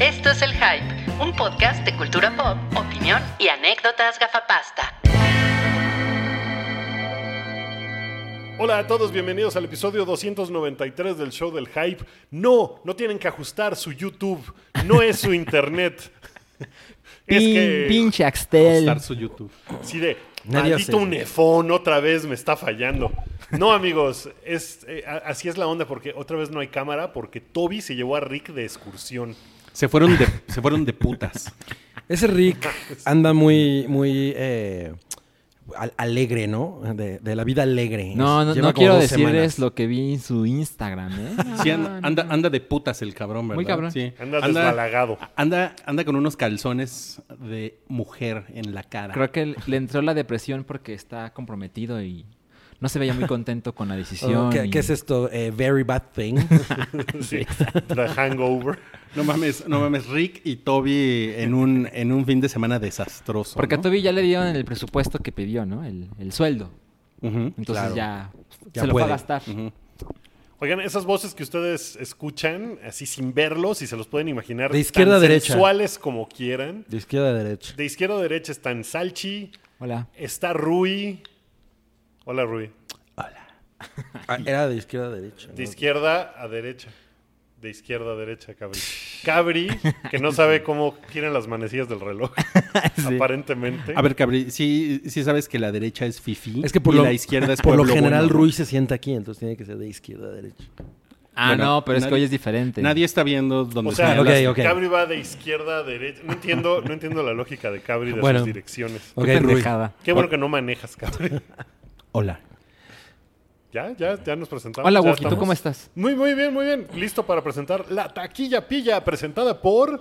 Esto es El Hype, un podcast de cultura pop, opinión y anécdotas gafapasta. Hola a todos, bienvenidos al episodio 293 del show del hype. No, no tienen que ajustar su YouTube, no es su internet. es Pin- que Pinche Axtel. Estar su YouTube. si de Nadie maldito hace eso. unefón otra vez me está fallando. No, amigos, es eh, a- así es la onda porque otra vez no hay cámara porque Toby se llevó a Rick de excursión. Se fueron de, se fueron de putas. Ese Rick anda muy, muy eh, al- alegre, ¿no? De, de la vida alegre. No, no, Lleva no como quiero dos decirles semanas. lo que vi en su Instagram, ¿eh? Sí, Ah, anda, anda, anda de putas el cabrón, ¿verdad? Muy cabrón. Sí. Anda desbalagado. Anda, anda con unos calzones de mujer en la cara. Creo que le entró la depresión porque está comprometido y no se veía muy contento con la decisión. Oh, ¿Qué, y- qué es esto? Eh, very bad thing. Sí, The Hangover. No mames, no mames, Rick y Toby en un, en un fin de semana desastroso. Porque ¿no? a Toby ya le dieron el presupuesto que pidió, ¿no? El, el sueldo. Ujú. Entonces Claro. ya, Ya se lo puede. va a gastar. Oigan, esas voces que ustedes escuchan, así sin verlos y se los pueden imaginar. De izquierda a derecha. Sensuales como quieran. De izquierda a derecha. De izquierda a derecha están Salchi, Hola. está Rui. Hola, Rui. Ah, era de izquierda a derecha. De ¿no? izquierda a derecha. De izquierda a derecha, Cabri. Cabri, que no sabe cómo giran las manecillas del reloj, aparentemente. A ver, Cabri, sí, sí sabes que la derecha es fifi Es que por, y lo, la izquierda es por lo pueblo general bueno. Ruiz se sienta aquí, entonces tiene que ser de izquierda a derecha. Ah, Bueno, no, pero es que nadie- hoy es diferente. Nadie está viendo dónde o sea, señalas. ok, ok. Cabri va de izquierda a derecha. No entiendo, no entiendo la lógica de Cabri de Bueno. sus direcciones. Qué Ok, Ruiz. pendejada. Qué bueno que no manejas, Cabri. Hola. Ya, ya, ya nos presentamos. Hola, ya Wookie, ¿tú estamos. cómo estás? Muy, muy bien, muy bien. Listo para presentar la taquilla pilla presentada por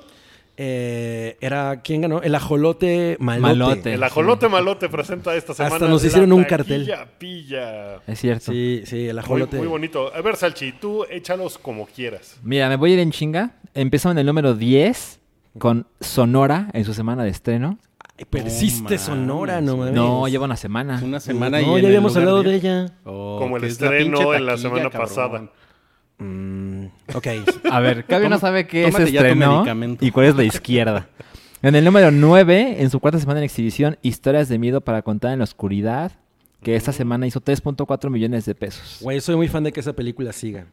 Eh, era, ¿quién ganó? El ajolote malote. Malote. el ajolote malote presenta esta semana. nos la hicieron un Taquilla pilla. Es cierto. Sí, sí, el Muy, ajolote. muy bonito. A ver, Salchi, tú échalos como quieras. Mira, me voy a ir en chinga. Empezó en el número 10 con Sonora en su semana de estreno. Ay, persiste No Sonora, mames. no mames. No, lleva una semana. Una semana y No, en ya el habíamos lugar hablado diez. de ella. Oh, Como el que es la pinche estreno en la taquilla, semana cabrón. pasada. Mm, ok. A ver, Cabio no Toma- sabe qué es tómate ya tu estreno medicamento. y cuál es la izquierda. En el número 9, en su cuarta semana en exhibición, Historias de miedo para contar en la oscuridad, que esta semana hizo 3.4 millones de pesos. Güey, soy muy fan de que esa película siga.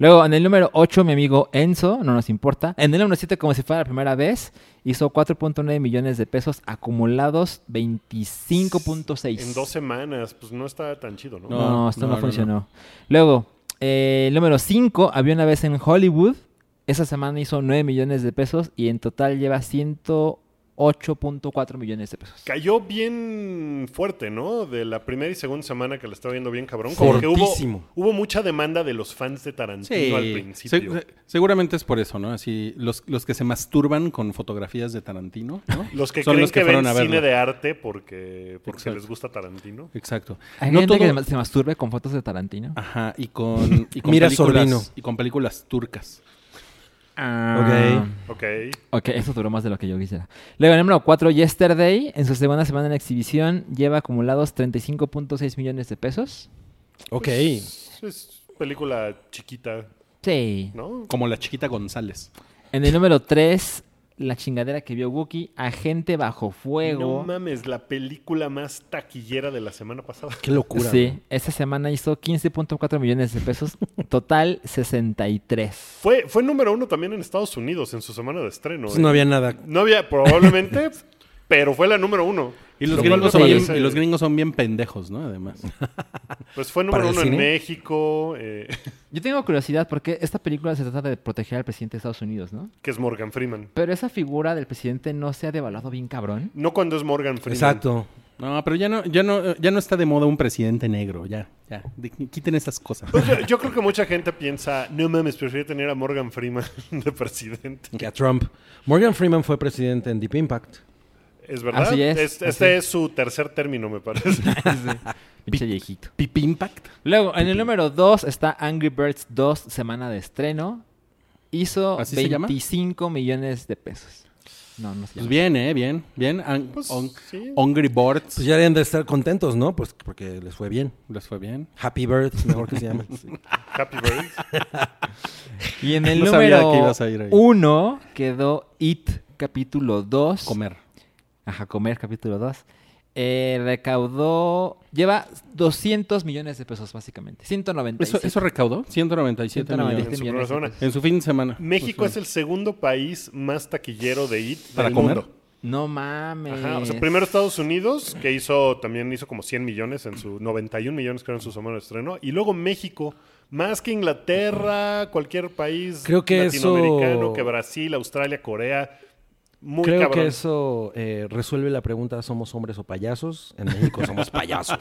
Luego, en el número 8, mi amigo Enzo, no nos importa. En el número 7, como si fuera la primera vez, hizo 4.9 millones de pesos acumulados, 25.6. En dos semanas, pues no está tan chido, ¿no? No. No, esto no, no, no. funcionó. Luego, eh, el número 5, había una vez en Hollywood. Esa semana hizo 9 millones de pesos y en total lleva 108.4 millones de pesos. Cayó bien fuerte, ¿no? De la primera y segunda semana que la estaba viendo bien cabrón. Sí. Como que hubo, Fortísimo. hubo mucha demanda de los fans de Tarantino Sí. al principio. Se- se- seguramente es por eso, ¿no? Así, los, los que se masturban con fotografías de Tarantino, ¿no? Los que Son creen los que que, fueron ven a verlo. cine de arte porque, porque Exacto. les gusta Tarantino. Exacto. Hay No gente todo- Ah. que se- se masturbe con fotos de Tarantino. Ajá, y con, y con Mira películas, Sorbino. Y con películas turcas. Ah. Ok. Ok, eso duró más de lo que yo quisiera. Luego, el número 4, Yesterday, en su segunda semana en exhibición, lleva acumulados 35.6 millones de pesos. Ok. Es- Pues, es película chiquita, Sí. ¿no? Como la chiquita González. En el número 3, la chingadera que vio Wookie, Agente Bajo No Fuego. mames, la película más taquillera de la semana pasada. Qué locura. Sí, esta semana hizo 15.4 millones de pesos, total 63. Fue, fue número uno también en Estados Unidos en su semana de estreno. Pues ¿eh? no había nada. No había, probablemente, pero fue la número uno. Y los, Lo cual me gringos son bien, parece- y los gringos son bien pendejos, ¿no? Además. Pues fue ¿Para número el uno en cine? México, eh, Yo tengo curiosidad porque esta película se trata de proteger al presidente de Estados Unidos, ¿no? que es Morgan Freeman. Pero esa figura del presidente no se ha devaluado bien cabrón. No cuando es Morgan Freeman. Exacto. No, pero ya no, ya no, ya no está de moda un presidente negro. Ya, ya. De- quiten esas cosas. Pues yo, yo creo que mucha gente piensa, no mames, prefiero tener a Morgan Freeman de presidente. Que a Trump. Morgan Freeman fue presidente en Deep Impact. Es verdad. Así es, Es- así este es. su tercer término, me parece. Pinche viejito. Pipi Impact. Luego, en el número 2 está Angry Birds 2, semana de estreno. Hizo ¿Así se llama? 25 millones de pesos. No, no se Pues llama. bien, ¿eh? Bien, bien. An- Pues, on- sí. Hungry Birds. Pues ya deberían de estar contentos, ¿no? Pues porque les fue bien. Les fue bien. Happy Bird, mejor que se llame. Happy Birds. Y en el Pues, No sabía número que ibas a ir ahí. uno quedó It, capítulo 2. Comer. Ajá, Comer, capítulo 2. recaudó. Lleva 200 millones de pesos, básicamente. 190. ¿Eso, eso recaudó? 197 En millones. su 197 millones. de persona. pesos. En su fin de semana. Pues, México es el segundo país más taquillero de IT ¿Para del comer? mundo. No mames. Ajá, o sea, primero Estados Unidos, que hizo también hizo como 100 millones en su 91 millones creo en su semana de estreno, y luego México, más que Inglaterra, cualquier país Creo que latinoamericano, eso- que Brasil, Australia, Corea, muy Creo cabrón. que eso eh, resuelve la pregunta, ¿somos hombres o payasos? En México somos payasos.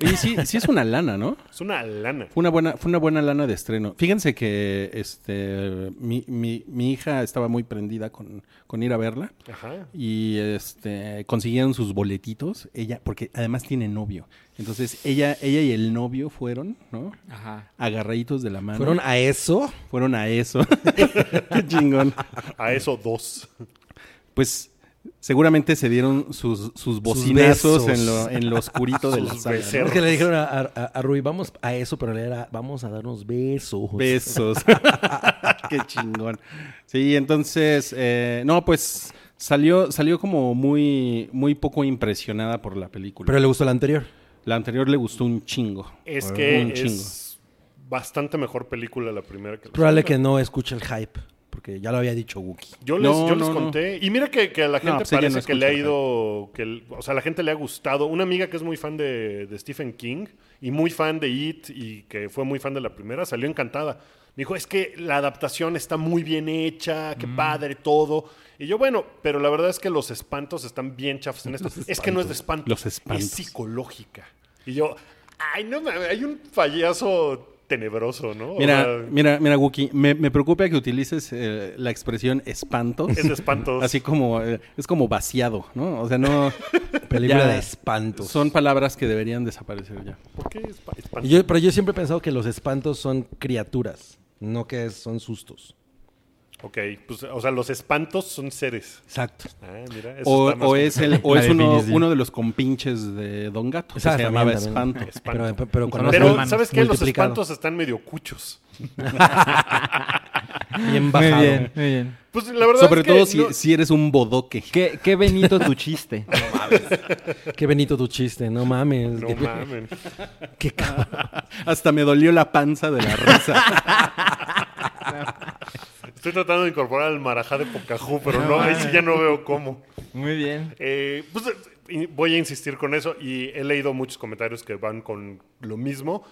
Y sí, sí es una lana, ¿no? Es una lana. Fue una buena, fue una buena lana de estreno. Fíjense que este mi, mi- mi hija estaba muy prendida con, con ir a verla. Ajá. Y este consiguieron sus boletitos, ella, porque además tiene novio. Entonces, ella, ella y el novio fueron, ¿no? Ajá. Agarraditos de la mano. ¿Fueron a eso? Fueron a eso. Qué chingón. A eso dos. Pues seguramente se dieron sus, sus bocinazos besos. en lo, en lo oscurito de la Sus sala. becerros. ¿no? Es que le dijeron a, a, a- a Rui, vamos a eso, pero le era, vamos a darnos besos. Besos. Qué chingón. Sí, entonces, eh, no, pues salió, salió como muy, muy poco impresionada por la película. Pero le gustó la anterior. la anterior le gustó un chingo. Ah, Es Un que chingo. es bastante mejor película la primera que la Probable que no escuche el hype, porque ya lo había dicho Wookie. Yo les, No, yo les no, no. conté. Y mira que, que a la gente pues ella parece no que le ha escucha, ido. Que, el- o sea, a la gente le ha gustado. Una amiga que es muy fan de, de Stephen King y muy fan de It y que fue muy fan de la primera, salió encantada. Me dijo, es que la adaptación está muy bien hecha, qué Mm. padre todo. Y yo, bueno, pero la verdad es que los espantos están bien chafos en esto. Es que no es de espantos, Los espantos. es psicológica. Y yo, ay, no mames, hay un payaso tenebroso, ¿no? O Mira, sea, mira, mira, Wookie, me, me preocupa que utilices eh, la expresión espantos. es de espantos. Así como, eh, es como vaciado, ¿no? O sea, no. Película ya de espantos. Son palabras que deberían desaparecer ya. ¿Por qué espa- espantos? Y yo- pero yo siempre he pensado que los espantos son criaturas, no que son sustos. Ok, pues, o sea, los espantos son seres. Exacto. Ah, mira, eso O, está más o es, el, o La es uno, definición. uno de los compinches de Don Gato, que Exacto, se llamaba también, Espanto. también. Espanto. Pero, pero con Pero, los Pero, hermanos ¿sabes qué? Los multiplicado. espantos están medio cuchos. Bien bajado. Muy bien, muy bien. Pues la verdad Sobre es que todo si, no- si eres un bodoque. Qué, qué benito tu chiste. Qué benito tu chiste, no mames. No Qué- mamen. qué cabrón. Hasta me dolió la panza de la risa. Estoy tratando de incorporar al marajá de Pocahú, pero no, ahí sí ya no veo cómo. Muy bien. Eh, pues, eh, y voy a insistir con eso y he leído muchos comentarios que van con lo mismo.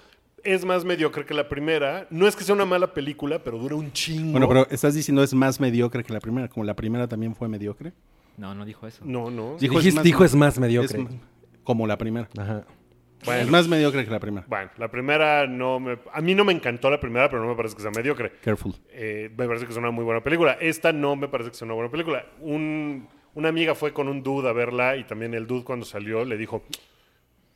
Es más mediocre que la primera. No es que sea una mala película, pero dura un chingo. bueno, pero estás diciendo es más mediocre que la primera, como la primera también fue mediocre. No, no dijo eso. No, no. Dijo, es Dijiste- más- dijo es más es mediocre. m- como la primera. Ajá. Es más mediocre que la primera. Bueno, la primera no me... A mí no me encantó la primera, pero no me parece que sea mediocre. Careful. Eh, me parece que es una muy buena película. Esta no me parece que sea una buena película. Un- una amiga fue con un dude a verla y también el dude cuando salió le dijo,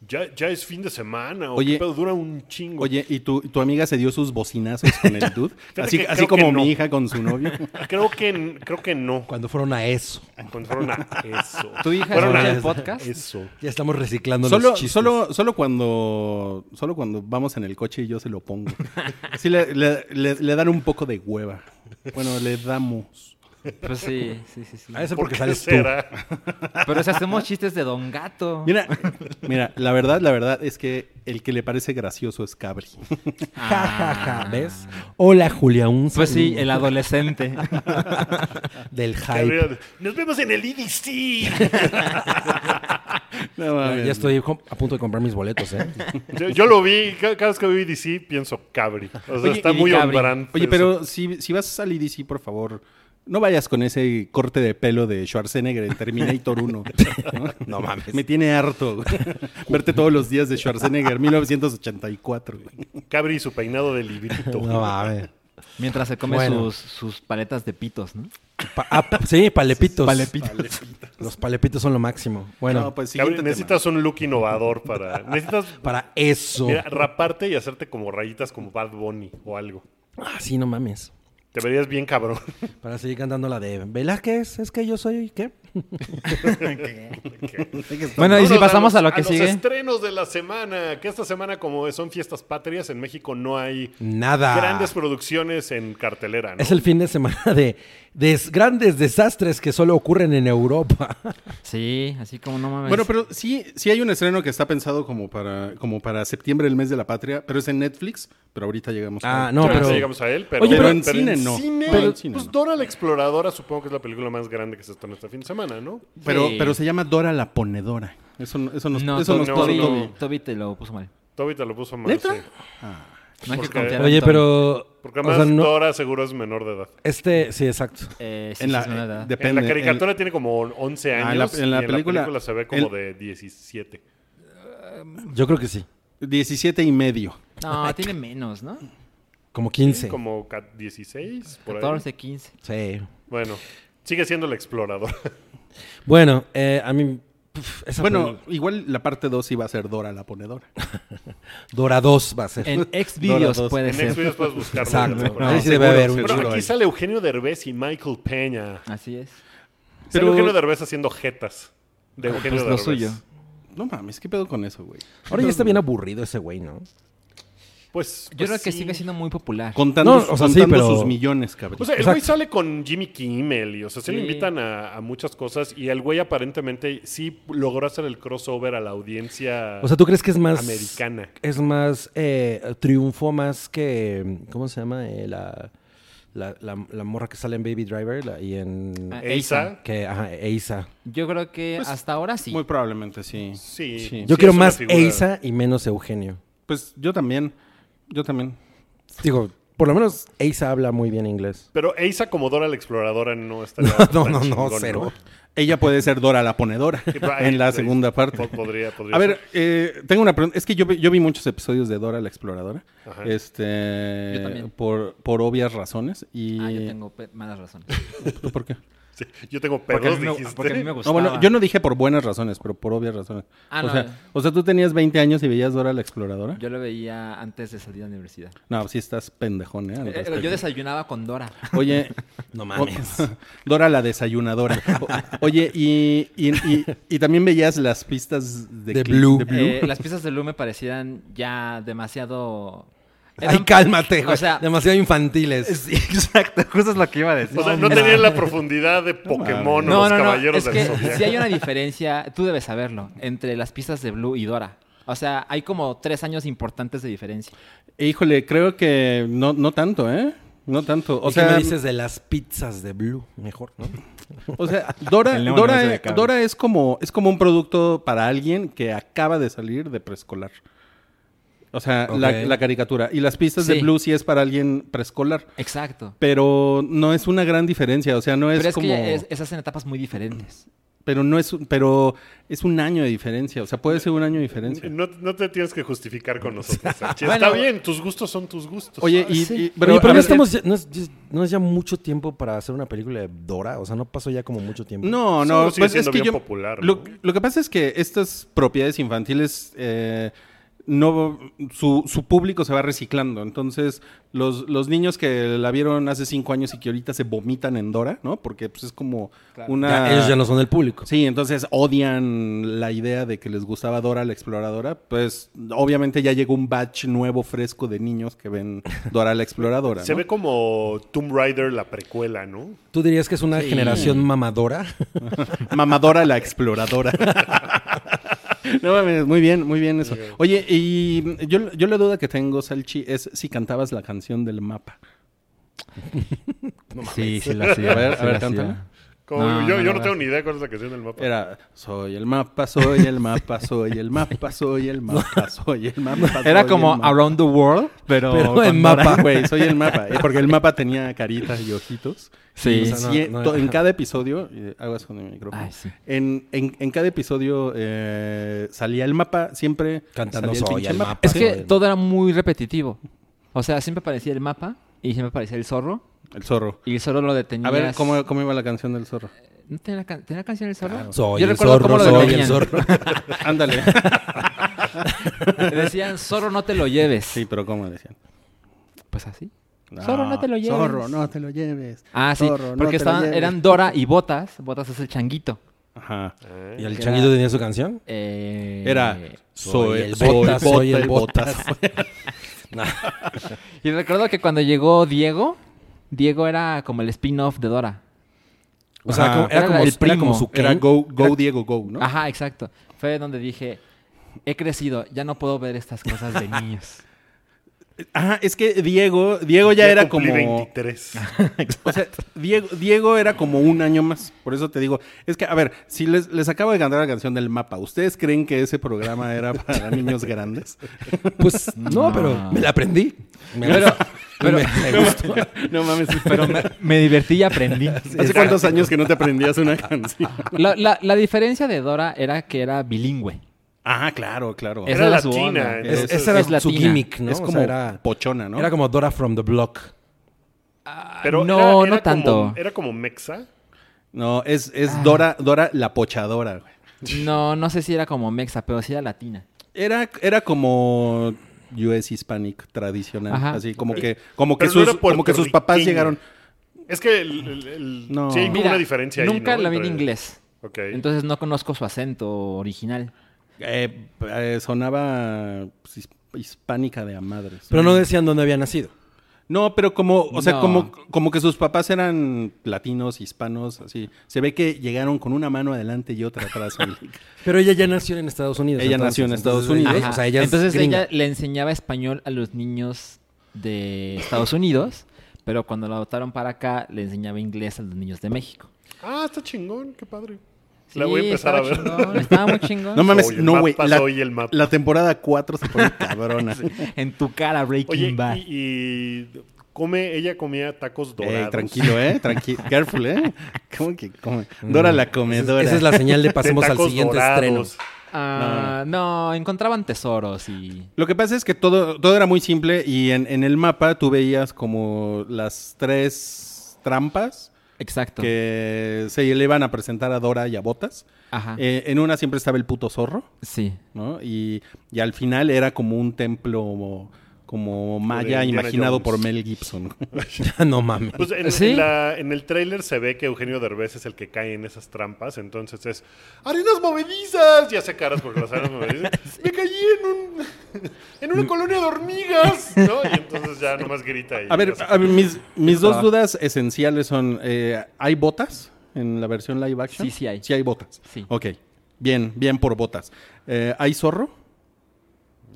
ya, ya es fin de semana, o Oye, qué pedo, dura un chingo. Oye, ¿y tu, tu amiga se dio sus bocinazos con el dude? así que creo así que como no. mi hija con su novio. Creo que, creo que no. Cuando fueron a eso. Cuando fueron a eso. ¿Tu hija Fueron escucha a- el podcast? Eso. Ya estamos reciclando Solo, los chistes. solo, solo cuando solo cuando vamos en el coche y yo se lo pongo. Sí, le, le- le- le dan un poco de hueva. Bueno, le damos. Pues sí, sí, sí. sí. A eso ¿Por porque qué sales tú. será? Pero si hacemos chistes de Don Gato. Mira, mira, la verdad, la verdad es que el que le parece gracioso es Cabri. Ja, ja, ja. ¿Ves? Hola, Julia. Un Pues sí, saludo el adolescente. del hype. Gabriel, Nos vemos en el E EDC. No, Ya, mames. ya estoy com- a punto de comprar mis boletos, ¿eh? yo, yo lo vi, ca- cada vez que veo EDC pienso cabri. O sea, Oye, está y muy Cabri. hombrante. Oye, pero si, si vas a salir y sí, por favor, no vayas con ese corte de pelo de Schwarzenegger en Terminator 1. No, mames. Me tiene harto güey. verte todos los días de Schwarzenegger 1984. güey. Cabri y su peinado de librito. No mames. Mientras se come Bueno. sus, sus paletas de pitos, ¿no? Pa- ah, pa- sí, palepitos. Palepitos. Los palepitos son lo máximo. Bueno, No, pues, Cabri, siguiente tema. necesitas un look innovador para... Necesitas para eso. Mira, raparte y hacerte como rayitas como Bad Bunny o algo. Ah, sí, no mames. Te verías bien cabrón. Para seguir cantando la de Velázquez, es que yo soy, ¿qué? Bueno, y si Vámonos pasamos los- a lo que los sigue. estrenos de la semana. Que esta semana, como son fiestas patrias, en México no hay Nada. grandes producciones en cartelera. ¿no? Es el fin de semana de, de grandes desastres que solo ocurren en Europa. Sí, así como no mames. Bueno, pero sí, sí hay un estreno que está pensado como para, como para septiembre, el mes de la patria, pero es en Netflix, pero ahorita llegamos Ah, a no, Claro, pero- sí llegamos a él, pero, Oye, pero en cine no. cine, Pero en cine pues no. Dora la Exploradora supongo que es la película más grande que se estrenó este fin de semana, ¿no? Pero, Sí. pero se llama Dora la Ponedora. Eso, no- eso nos, no, eso Toby, nos no, puso Toby, Toby. Toby te lo puso mal. Toby te lo puso mal. ¿Neta? sí. No hay que Porque- confiar en Oye, Toby. pero. Porque o además sea, no- Dora seguro es menor de edad. este, sí, exacto. Eh, sí, En sí, la, es una edad. en depende, la caricatura tiene como 11 Ah, años en la- en la y en película- la película se ve como el- de 17. Yo creo que sí. en 17 y medio. No, tiene menos, ¿no? Como 15. Como ca- 16, por ahí. 14, 15. Sí. Bueno, sigue siendo el explorador. Bueno, eh, a mí. pf, esa Bueno, película- igual la parte 2 iba a ser Dora la Ponedora. Dora 2 va a ser. En Xvideos dos. puede en ser. Xvideos puedes buscarlo. Exacto. Pero- no, Ahí sí, sí debe haber seguro, un Pero chulo seguro. aquí ahí. sale Eugenio Derbez y Michael Peña. Así es. Sale Pero- Eugenio Derbez haciendo jetas de Pues Eugenio lo Derbez. suyo. No mames, ¿qué pedo con eso, güey? Ahora ya está bien aburrido ese güey, ¿no? Pues, Yo pues creo que sí. sigue siendo muy popular. Contando, No, o sea, sí, contando pero- sus millones, cabrón. O sea, el Exacto. güey sale con Jimmy Kimmel y, o sea, se le Sí. invitan a, a muchas cosas y el güey aparentemente sí logró hacer el crossover a la audiencia O sea, ¿tú crees que es más. americana. Es más eh, triunfo, más que. ¿Cómo se llama? Eh, la, la, la- la morra que sale en Baby Driver la- y en. Ah, Eiza, que, ajá, Eiza. Yo creo que Pues, hasta ahora sí. Muy probablemente, sí. Sí. Sí. Yo es quiero una más figura. Eiza y menos Eugenio. Pues yo también. Yo también. Digo, por lo menos Eiza habla muy bien inglés. Pero Eiza como Dora la Exploradora no estaría No, tan no, no, chingón, cero. Ella puede ser Dora la Ponedora en la segunda parte. Po- pues, Podría, podría. A ver, ser. eh, tengo una pregunta. Es que yo, vi- yo vi muchos episodios de Dora la Exploradora. Ajá. Este, Yo también. Por, por obvias razones. Y... Ah, yo tengo pe- malas razones. ¿Tú por qué? Sí, yo tengo Porque a pedos, mí me, dijiste. porque a mí me No, gustaba. bueno, yo no dije por buenas razones, pero por obvias razones. Ah, o, no. sea, o sea, tú tenías 20 años y veías Dora la Exploradora. Yo lo veía antes de salir a la universidad. No, sí estás pendejón, ¿eh? Al Eh, eh, respecto. yo desayunaba con Dora. Oye, No o- Dora la desayunadora. O- Oye, y, y, y- y también veías las pistas de, De cli- Blue. Eh, las piezas de Blue me parecían ya demasiado... Ay, cálmate, güey. O sea, Demasiado infantiles. exacto, justo es lo que iba a decir. O sea, no tenían la profundidad de Pokémon o No, los no, no. caballeros Es del que Zodiaco. si hay una diferencia, tú debes saberlo, entre las pistas de Blue y Dora. O sea, hay como tres años importantes de diferencia. eh, Híjole, creo que no, no tanto, ¿eh? No tanto. O ¿Y qué sea, me dices de las pizzas de Blue? Mejor, ¿no? o sea, Dora, El nuevo Dora, negocio de cable. Dora es como es como un producto para alguien que acaba de salir de preescolar. O sea, la, Ok. la caricatura. Y las pistas de Sí. Blue sí es para alguien preescolar. Exacto. Pero no es una gran diferencia. O sea, no es Pero es como. que es- esas en etapas muy diferentes. Pero no es. un- Pero es un año de diferencia. O sea, puede ser un año de diferencia. No, no te tienes que justificar con nosotros. Sánchez. Bueno. Está bien, tus gustos son tus gustos. Ah, Oye, y, Sí. y- Pero, eh, Oye, pero a no, ver, estamos ya- no, es, ya- no es ya mucho tiempo para hacer una película de Dora. O sea, no pasó ya como mucho tiempo. No, Solo no, sigue pues es siendo que bien yo- popular, Lo, ¿no? lo que pasa es que estas propiedades infantiles eh, no su, su público se va reciclando. Entonces, los, los niños que la vieron hace cinco años y que ahorita se vomitan en Dora, ¿no? Porque pues es como una. Ya, ellos ya no son el público. Sí, entonces odian la idea de que les gustaba Dora la exploradora. Pues obviamente ya llegó un batch nuevo, fresco de niños que ven Dora la exploradora. Se ¿no? ve como Tomb Raider la precuela, ¿no? ¿Tú dirías que es una Sí. generación mamadora? Mamadora la exploradora. No mames, muy bien, muy bien eso. Oye, y yo, yo la duda que tengo, Salchi, es si cantabas la canción del mapa. Sí, sí la hacía. A ver, sí a ver, la hacía. cántala. Como No, yo no, yo no, no no. tengo ni idea cuál es la canción del mapa. Era, soy el mapa, soy el mapa, soy el mapa, soy el mapa, soy el mapa. soy Era el como mapa. Around the World, pero... Pero con en Dora. mapa. Güey, soy el mapa. eh, Porque el mapa tenía caritas y ojitos. Sí. Y O sea, no, sí, no to- era. en cada episodio, eh, hago eso con el micrófono. Ay, sí. En, en- en cada episodio eh, salía el mapa, siempre Cantando salía soy pinche el mapa. Es Sí. que todo era muy repetitivo. O sea, siempre aparecía el mapa y siempre aparecía el zorro. El zorro. Y el zorro lo detenía. A ver, ¿cómo, ¿cómo iba la canción del zorro? ¿No tenía, can- tenía canción el zorro? Soy Yo el recuerdo zorro, cómo lo soy el detenían. zorro. Ándale. Le Decían, zorro, no te lo lleves. Sí, pero ¿cómo decían? Pues así. Zorro, no te lo lleves. Zorro, no te lo lleves. Ah, sí, Zorro, no porque te lo estaban, lleves. eran Dora y Botas. Botas es el changuito. Ajá. ¿Y el changuito tenía su canción? Eh, Era soy, el soy Botas, soy el Botas. Y recuerdo que cuando llegó Diego, Diego era como el spin-off de Dora. O sea, Ajá. como- era, Era como el su- era como primo. su Era Ken. Go, Go Diego Go, ¿no? ¿Eh? Ajá, exacto. Fue donde dije, he crecido, ya no puedo ver estas cosas de niños. Ajá, es que Diego, Diego ya, era cumplí como 23. O sea, Diego, Diego era como un año más. Por eso te digo, es que, a ver, si les, les acabo de cantar la canción del mapa, ¿ustedes creen que ese programa era para niños grandes? Pues no, No. pero me la aprendí. Me Pero- pero, me, me gustó. No mames, pero me- Me divertí y aprendí. ¿hace cuántos años que no te aprendías una canción? La, la- la diferencia de Dora era que era bilingüe. Ah, claro, claro. Esa Era era su latina, onda. entonces- Es- Es- esa era es su latina. gimmick, ¿no? es O sea, como era, pochona, ¿no? era como Dora from the Block. Pero no, era- no era como- tanto. Era como mexa. No, es, es Ah. Dora, Dora la pochadora. güey. No, no sé si era como mexa, pero sí era latina. Era, era como US Hispanic tradicional. Ajá. Así como Ok. que, como que Pero no sus, era como que sus papás puertorriqueña. llegaron. Es que el, el- el- No. sí hay como Mira, una diferencia ahí, nunca ¿no? la vi en Entre- inglés. Ok. Entonces no conozco su acento original. Eh, eh, sonaba pues, his- hispánica de a madres. Pero no decían dónde había nacido. No, pero como, o sea, No. como, como que sus papás eran latinos, hispanos, así. Se ve que llegaron con una mano adelante y otra atrás. Pero ella ya nació en Estados Unidos. Ella nació en Estados Unidos. ella- Ajá. O sea, ella es Entonces gringa. ella le enseñaba español a los niños de Estados Unidos, pero cuando la adoptaron para acá le enseñaba inglés a los niños de México. Ah, está chingón, qué padre. Sí, la voy a empezar a estaba ver. chingón, estaba muy chingón. no mames, Soy el no, mapa, güey. La, soy el mapa. la temporada 4 se pone cabrona. En tu cara, Breaking Oye, Bad. y, y come, ella comía tacos dorados. Eh, tranquilo, eh. Tranquilo. Careful, eh. ¿Cómo que come? Dora la comedora. Mm. Esa es la señal de De pasemos al tacos siguiente estreno. dorados. Ah, no, encontraban tesoros y... Lo que pasa es que todo, todo era muy simple y en, en el mapa tú veías como las tres trampas Exacto. que se le iban a presentar a Dora y a Botas. Ah. Ajá. Eh, en una siempre estaba el puto zorro. sí. ¿no? Y, y al final era como un templo como Indiana maya imaginado Jones. por Mel Gibson. Ah, no mames. Pues en, ¿Sí? en la- en el tráiler se ve que Eugenio Derbez es el que cae en esas trampas, entonces es arenas movedizas, ya hace caras porque las arenas movedizas. Me caí en un en Mm. una colonia de hormigas, ¿no? Y entonces ya nomás grita y A ver, hace- a ver, mis, mis dos Ah. dudas esenciales son, eh, ¿hay botas en la versión live action? Sí, sí hay. Sí hay botas. Sí. Ok, bien, bien por botas. Eh, ¿Hay zorro?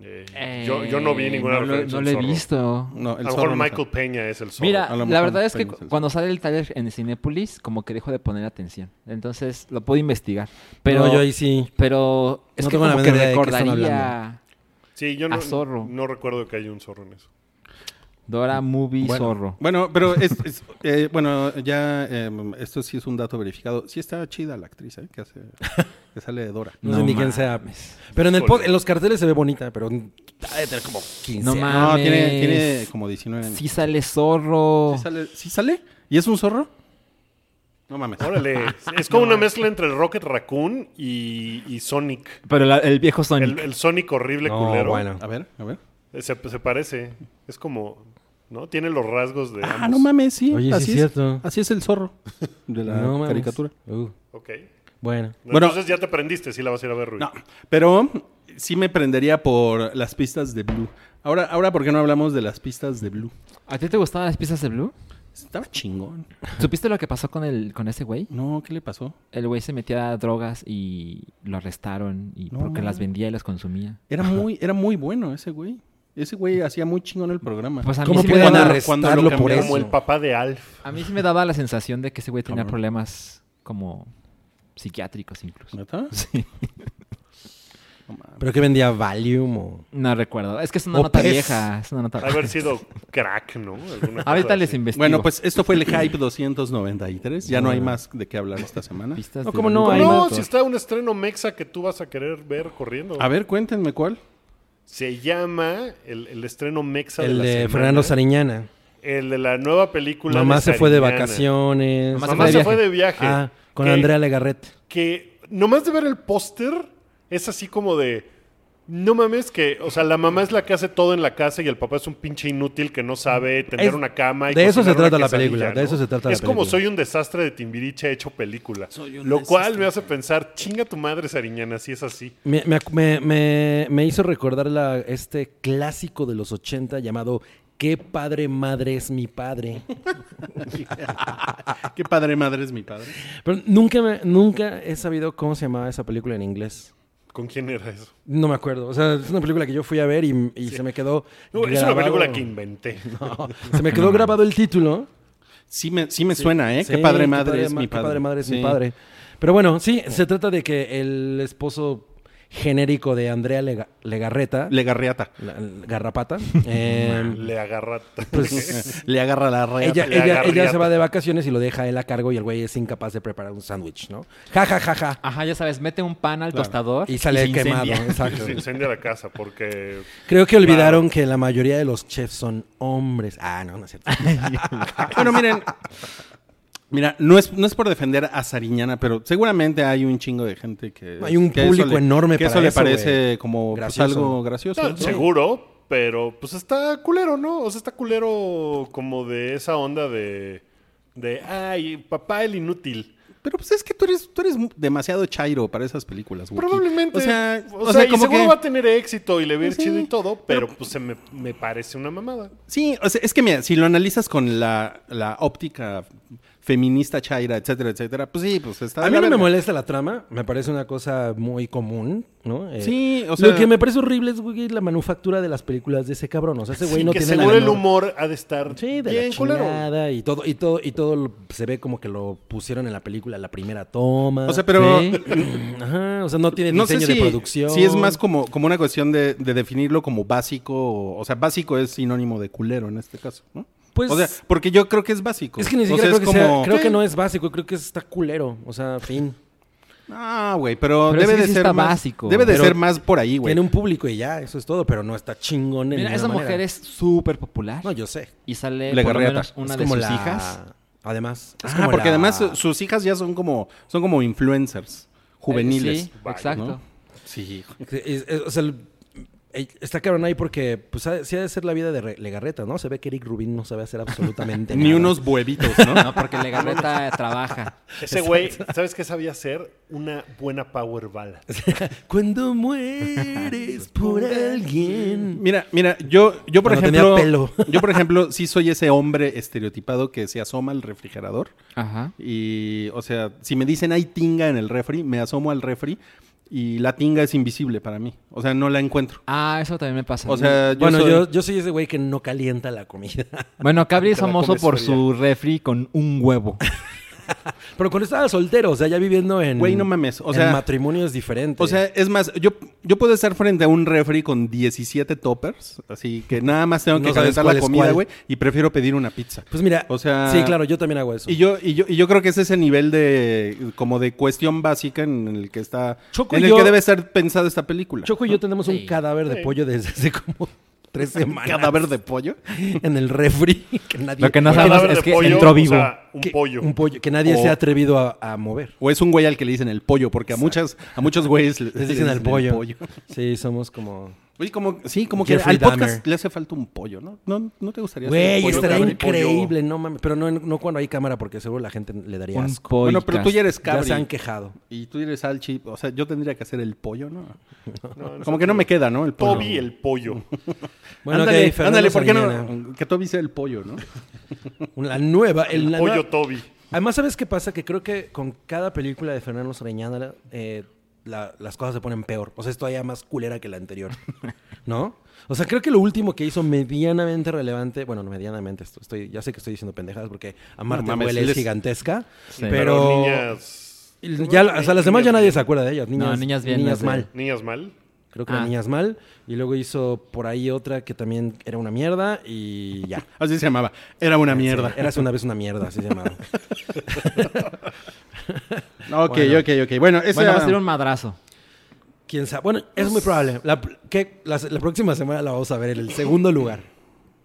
Eh, yo, yo no vi Eh, ninguna no, lo- referencia no al lo he zorro. visto. No, A el lo zorro mejor no Michael Peña es el zorro. Mira, A lo la mejor verdad es que Peña es el cuando sale el taller en Cinépolis, como que dejo de poner atención. Entonces lo puedo investigar. Pero, Pero yo ahí sí. pero es No que tengo la como que menor idea de qué están recordaría hablando. sí, yo a no, zorro. no recuerdo que haya un zorro en eso. Dora Movie Bueno, Zorro. Bueno, pero es, es- eh, bueno, ya eh, esto sí es un dato verificado. Sí está chida la actriz, ¿eh? Que, hace, que sale de Dora. No, sé ni quién sea. pues. Pero en, el po- en los carteles se ve bonita, pero ha de tener como 15. No años. mames. No, tiene, Mames. tiene como 19 años. Sí sale Zorro. ¿Sí sale? ¿Sí sale? ¿Y es un zorro? No mames. Órale, es como una mezcla entre Rocket Raccoon y, y Sonic. Pero la- el viejo Sonic. El, el Sonic horrible No, culero. bueno. A ver, a ver. Eh, Se, se parece. Es como. ¿No? Tiene los rasgos de. Ah, ambos. no mames, sí. Oye, sí así es cierto. Así es el zorro de la No mames. caricatura. Uh, Ok. bueno. Bueno. Entonces ya te prendiste, sí la vas a ir a ver, Rui. No, pero sí me prendería por las pistas de Blue. Ahora, ahora ¿por qué no hablamos de las pistas de Blue? ¿A ti te gustaban las piezas de Blue? Estaba chingón. ¿Supiste lo que pasó con el con ese güey? No, ¿qué le pasó? El güey se metía a drogas y lo arrestaron y No porque las mames. vendía y las consumía. Era muy, era muy bueno ese güey. Ese güey hacía muy chingón el programa. Pues a mí ¿Cómo sí me pueden daba- arre- arrestarlo cuando lo por cambiaron. eso? Como el papá de Alf. A mí sí me daba la sensación de que ese güey tenía Cabrón. problemas como psiquiátricos incluso. ¿Neta? Sí. No mames. ¿Pero que vendía Valium o...? No recuerdo. Es que es una O nota pez. vieja. Es una nota Haber sido crack, ¿no? Alguna cosa Ahorita así. les investigo. Bueno, pues esto fue el Hype 293. Ya no hay más de qué hablar esta semana. Pistas No, de ¿cómo no? Blue. Hay No, más. si está un estreno mexa que tú vas a querer ver corriendo. A ver, cuéntenme cuál. Se llama el, el estreno mexa de, El la de semana, Fernando Sariñana. El de la nueva película. Mamá se fue de Sariñana. vacaciones. Mamá Mamá se fue de viaje. Ah, con Que- Andrea Legarrete. Que nomás de ver el póster es así como de. No mames que, o sea, la mamá es la que hace todo en la casa y el papá es un pinche inútil que no sabe tener Es- una cama. Y de eso se cocinar una trata la quesadilla, película, de eso se trata la Es como película. soy un desastre de Timbiriche hecho película. Soy un Lo cual desastre. me hace pensar, chinga tu madre, Sariñana, si es así. Me, me acu- me- me- me hizo recordar la- este clásico de los 80 llamado ¿Qué padre madre es mi padre? Ah. Qué padre madre es mi padre. Pero nunca, me- nunca he sabido cómo se llamaba esa película en inglés. ¿Con quién era eso? No me acuerdo. O sea, es una película que yo fui a ver y, y se me quedó. No, es una grabado- película que inventé. Se me quedó grabado el título. Sí me, sí me suena, ¿eh? Sí, qué padre madre es ma- mi padre. Qué padre madre es mi Sí. padre. Pero bueno, sí, se trata de que el esposo genérico de Andrea Lega- Legarreta, Legarriata. la- la Garrapata, eh, Le agarra. pues Le agarra la raya. ella, Le ella, agarriata. ella se va de vacaciones y lo deja él a cargo y el güey es incapaz de preparar un sándwich, ¿no? Ja, ja, ja, ja. Ajá, ya sabes, mete un pan al tostador. Y sale Y se quemado, incendia. exacto. Ah, Se incendia la casa porque Creo que olvidaron que la mayoría de los chefs son hombres. Ah, no, no es cierto. Bueno, miren. Mira, no es, no es por defender a Sariñana, pero seguramente hay un chingo de gente que. Hay un que eso público le- enorme Que para eso le eso, parece güey. como pues, Gracioso. algo gracioso. No, ¿no? Seguro, pero pues está culero, ¿no? O sea, está culero como de esa onda de, de ay, papá el inútil. Pero pues es que tú eres, tú eres mu- demasiado chairo para esas películas, Wookie. Probablemente. O sea, o sea, y como seguro que- va a tener éxito y le va a ir Sí, chido y todo, pero, pero- pues se me, me parece una mamada. Sí, o sea, es que mira, si lo analizas con la, la óptica feminista chaira, etcétera, etcétera, pues sí, pues está. A de mí la no me verga. molesta la trama, me parece una cosa muy común, ¿no? Eh, Sí, o sea- Lo que me parece horrible es, güey, la manufactura de las películas de ese cabrón. O sea, ese güey Sí, no que tiene seguro la el menor- humor ha de estar Sí, de la bien culero. chingada y todo, y todo, y todo lo- se ve como que lo pusieron en la película la primera toma. O sea, pero Sí. Ajá, o sea, no tiene Eh, no sé diseño si, de producción. si es más como, como una cuestión de, de definirlo como básico. O, o sea, básico es sinónimo de culero en este caso, ¿no? Pues- o sea, porque yo creo que es básico. Es que ni O sea, siquiera creo, que, como- sea- creo Sí. que no es básico, creo que está culero. O sea, fin. Ah, güey, pero, Pero debe es que de sí ser está más, básico. Debe de Pero ser más por ahí, güey. Tiene un público y ya, eso es todo, pero no está chingón en Mira, esa ninguna mujer manera. es súper popular. No, yo sé. Y sale Le por lo garreata. menos una Es de como sus la- hijas. Además. es Ah, como porque la- además su- sus hijas ya son como, son como influencers juveniles. Eh, Sí, exacto. Sí, Es- es- o sea, el- eh, está cabrón ahí porque pues, ha- sí ha de ser la vida de Re- Legarreta, ¿no? Se ve que Eric Rubin no sabe hacer absolutamente nada. Ni unos huevitos, ¿no? No, porque Legarreta trabaja. Ese güey, ¿sabes qué sabía hacer? Una buena power bala. Cuando mueres por alguien. Mira, mira, yo, yo por Cuando tenía ejemplo, pelo. yo por ejemplo, sí soy ese hombre estereotipado que se asoma al refrigerador Ajá. y, o sea, si me dicen hay tinga en el refri, me asomo al refri y la tinga es invisible para mí, o sea, no la encuentro. Ah, eso también me pasa. O sea, yo bueno, soy- yo, yo soy ese güey que no calienta la comida. bueno, Cabri es Te la famoso comes por fría. su refri con un huevo. Pero cuando estaba soltero, o sea, ya viviendo en. Güey, no mames, o en sea- matrimonios diferentes. o sea, es más, yo, yo puedo estar frente a un refri con 17 toppers, así que nada más tengo que No sabes calentar cuál la es comida, cuál. güey, y prefiero pedir una pizza. Pues mira. o sea- Sí, claro, yo también hago eso. Y yo, y yo, y yo creo que es ese nivel de como de cuestión básica en el que está Choco en y el yo- que debe ser pensada esta película. Choco y yo tenemos Sí. un cadáver de Sí. pollo desde hace como tres semanas. cadáver de pollo. En el refri. Que nadie Lo que no puede- sabemos Cadáver es de que pollo, entró o vivo. sea, un que- pollo. Un pollo. Que nadie O- se ha atrevido a- a mover. O es un güey al que le dicen el pollo, porque a muchas, a muchos güeyes le- Les dicen al pollo. Sí, somos como. Oye, como, sí, como que Jeffrey al podcast Dahmer. le hace falta un pollo, ¿no? ¿No, no te gustaría hacer Güey, pollo, estaría cabrón? increíble, no mames. Pero no, no cuando hay cámara, porque seguro la gente le daría Un asco. pollo. Bueno, pero tú ya eres Ya cabri. se han quejado. Y tú eres alchi. O sea, yo tendría que hacer el pollo, ¿no? como que no me queda, ¿no? El pollo. Toby el pollo. Bueno, ándale, ok, Fernando ándale, ¿por qué Sariñana. no? Que Toby sea el pollo, ¿no? La nueva. El, la pollo nueva- Toby. Además, ¿sabes qué pasa? Que creo que con cada película de Fernando Sariñana eh, la- las cosas se ponen peor. O sea, es todavía más culera que la anterior. ¿No? O sea, creo que lo último que hizo medianamente relevante, bueno, no medianamente, esto- estoy, ya sé que estoy diciendo pendejadas porque Amarte No mames, Duele sí es les- gigigantesca, Sí. pero... niñas. Y Ya, o sea, las demás ya nadie se acuerda de ellas. Niñas, No, niñas bien, las de- mal. Niñas mal. Creo que era Ah. Niñas mal. Y luego hizo por ahí otra que también era una mierda y ya. Así se llamaba. Era una mierda. Sí, eras una vez una mierda, así se llamaba. Ok, Bueno. ok, ok. Bueno, esa... Bueno, va a ser un madrazo. Quién sabe. Bueno, es muy probable. La, que la, la próxima semana la vamos a ver en el segundo lugar.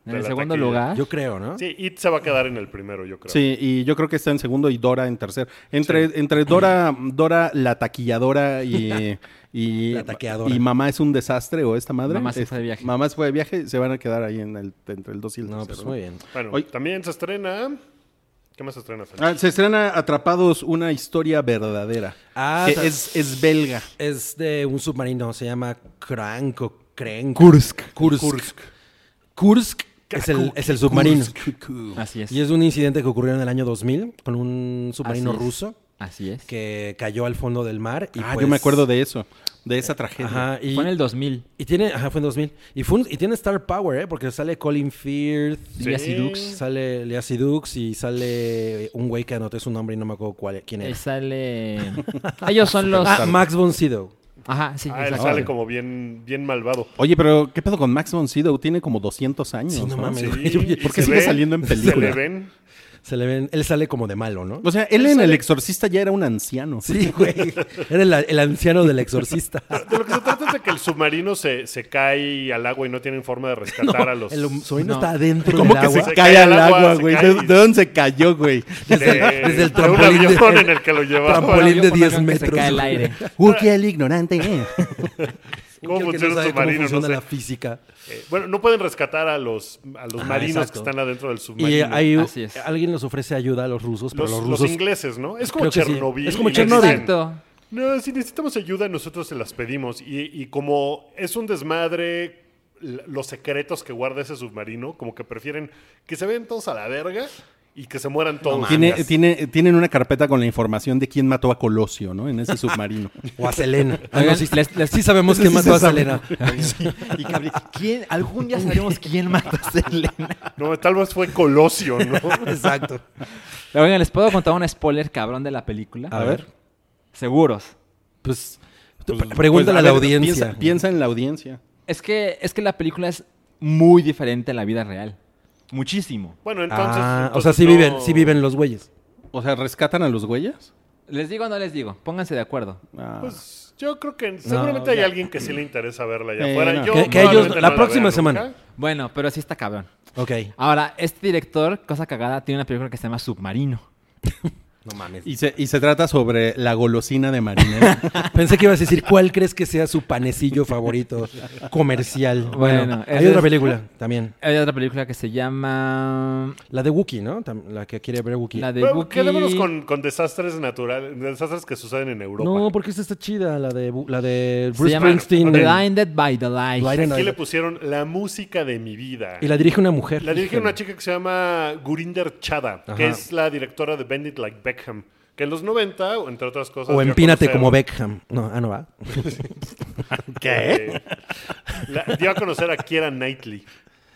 En de el la segundo taquilla. ¿Ah? lugar. Yo creo, ¿no? Sí, It se va a quedar en el primero, yo creo. Sí, y yo creo que está en segundo y Dora en tercero. Entre, entre Dora, Dora la taquilladora y, y, La taqueadora. y Mamá es un desastre o esta madre. Mamá se es- fue de viaje. Mamá se fue de viaje, se van a quedar ahí en el, entre el 2 y el No, tercero, pues ¿no? muy bien. Bueno, Oye. también se estrena. ¿Qué más se estrena, Fer? Ah, se estrena Atrapados, una historia verdadera. Ah, que o sea- es, es belga. Es de un submarino, se llama Krank o Krenk. Kursk. Kursk. Kursk, es, el, es el submarino. Así es. Y es un incidente que ocurrió en el año 2000 con un submarino Así es. ruso Así es. que cayó al fondo del mar. Y Ah, pues- Eh, yo me acuerdo de eso, de esa tragedia. Ajá, y, Fue en el 2000. y tiene, ajá, fue en 2000. Y, fue un- y tiene Star Power, ¿eh? Porque sale Colin Firth, Sí. Díaz y Dux. sale Lea Dux y sale un güey que anoté su nombre y no me acuerdo cuál, quién Ahí es. sale. Ellos son los. Ah, Max von Sydow. Ajá, sí. Ah, él exacto. sale como bien, bien malvado. Oye, pero ¿qué pedo con Max von Sydow? Tiene como 200 años. Sí, no mames. Sí, Oye, oye, ¿por y qué se sigue saliendo en Se le películas? ven. Se le ven, él sale como de malo, ¿no? O sea, él en El Exorcista ya era un anciano. Sí, güey. Era el, el anciano del exorcista. De lo que se trata es de que el submarino se, se cae al agua y no tienen forma de rescatar a los. El submarino No. está adentro ¿Cómo del que agua. se cae al agua, se güey? cae ¿De, y- de dónde se cayó, güey? de- desde el de un trampolín de- avión en el que lo llevaba. trampolín de Yo pongo 10 acá que se metros. cae al aire. Wookie el ignorante. ¿Cómo Que no funciona sabe el submarino? Cómo funciona No la sé. física. Eh, bueno, no pueden rescatar a los, a los Ah, marinos exacto. que están adentro del submarino. Y hay, Así es. alguien les ofrece ayuda a los rusos, pero los, los, los rusos... ingleses, ¿no? Es como Creo que sí. Chernobyl. Es como y les dicen, Chernobyl. Exacto. No, si necesitamos ayuda, nosotros se las pedimos. Y, y como es un desmadre l- los secretos que guarda ese submarino, como que prefieren que se vean todos a la verga y que se mueran todos. Tiene, tiene- tienen una carpeta con la información de quién mató a Colosio, ¿no? En ese submarino. o a Selena. Ah, Oigan, no, sí, les- les- sí sabemos quién mató a Selena. Sí, y cabrón, ¿Quién? Algún día sabremos quién mató a Selena. No, tal vez fue Colosio, ¿no? Exacto. Oigan, ¿les puedo contar un spoiler cabrón de la película? A ver, Seguros. pues... tú pues, pre- pregúntale pues, a la ver, audiencia. Piensa, piensa en la audiencia. Es que, es que la película es muy diferente a la vida real. Muchísimo. Bueno, entonces. Ah, o entonces sea, sí, pues, no- viven, sí viven los güeyes. O sea, ¿rescatan a los güeyes? ¿Les digo o no les digo? Pónganse de acuerdo. Ah. Pues yo creo que seguramente hay alguien que sí le interesa verla allá Eh, afuera. no. Yo Que- que ellos- probablemente la no próxima vea semana. nunca. Bueno, pero sí está cabrón. Ok. Ahora, este director, cosa cagada, tiene una película que se llama Submarino. No mames. y, se, y se trata sobre la golosina de Marinela. Pensé que ibas a decir cuál crees que sea su panecillo favorito comercial. Bueno, Bueno, hay ese otra es- película también. Hay otra película que se llama... La de Wookiee, ¿no? Tam- La que quiere ver Wookiee. La de Bueno, Wookiee. quedémonos con, con desastres naturales, desastres que suceden en Europa. No, porque esta está chida, la de, Bu- la de Se Bruce llama Springsteen. Blinded by the Light. Blinded- Aquí le pusieron la música de mi vida. Y la dirige una mujer. La dirige una chica que se llama Gurinder Chada, Ajá. que es la directora de Bend It Like Beckham, que en los 90, o entre otras cosas... dio O a empínate conocer- como Beckham. No, ah, no va. eh, la- dio a conocer a Kiera Knightley.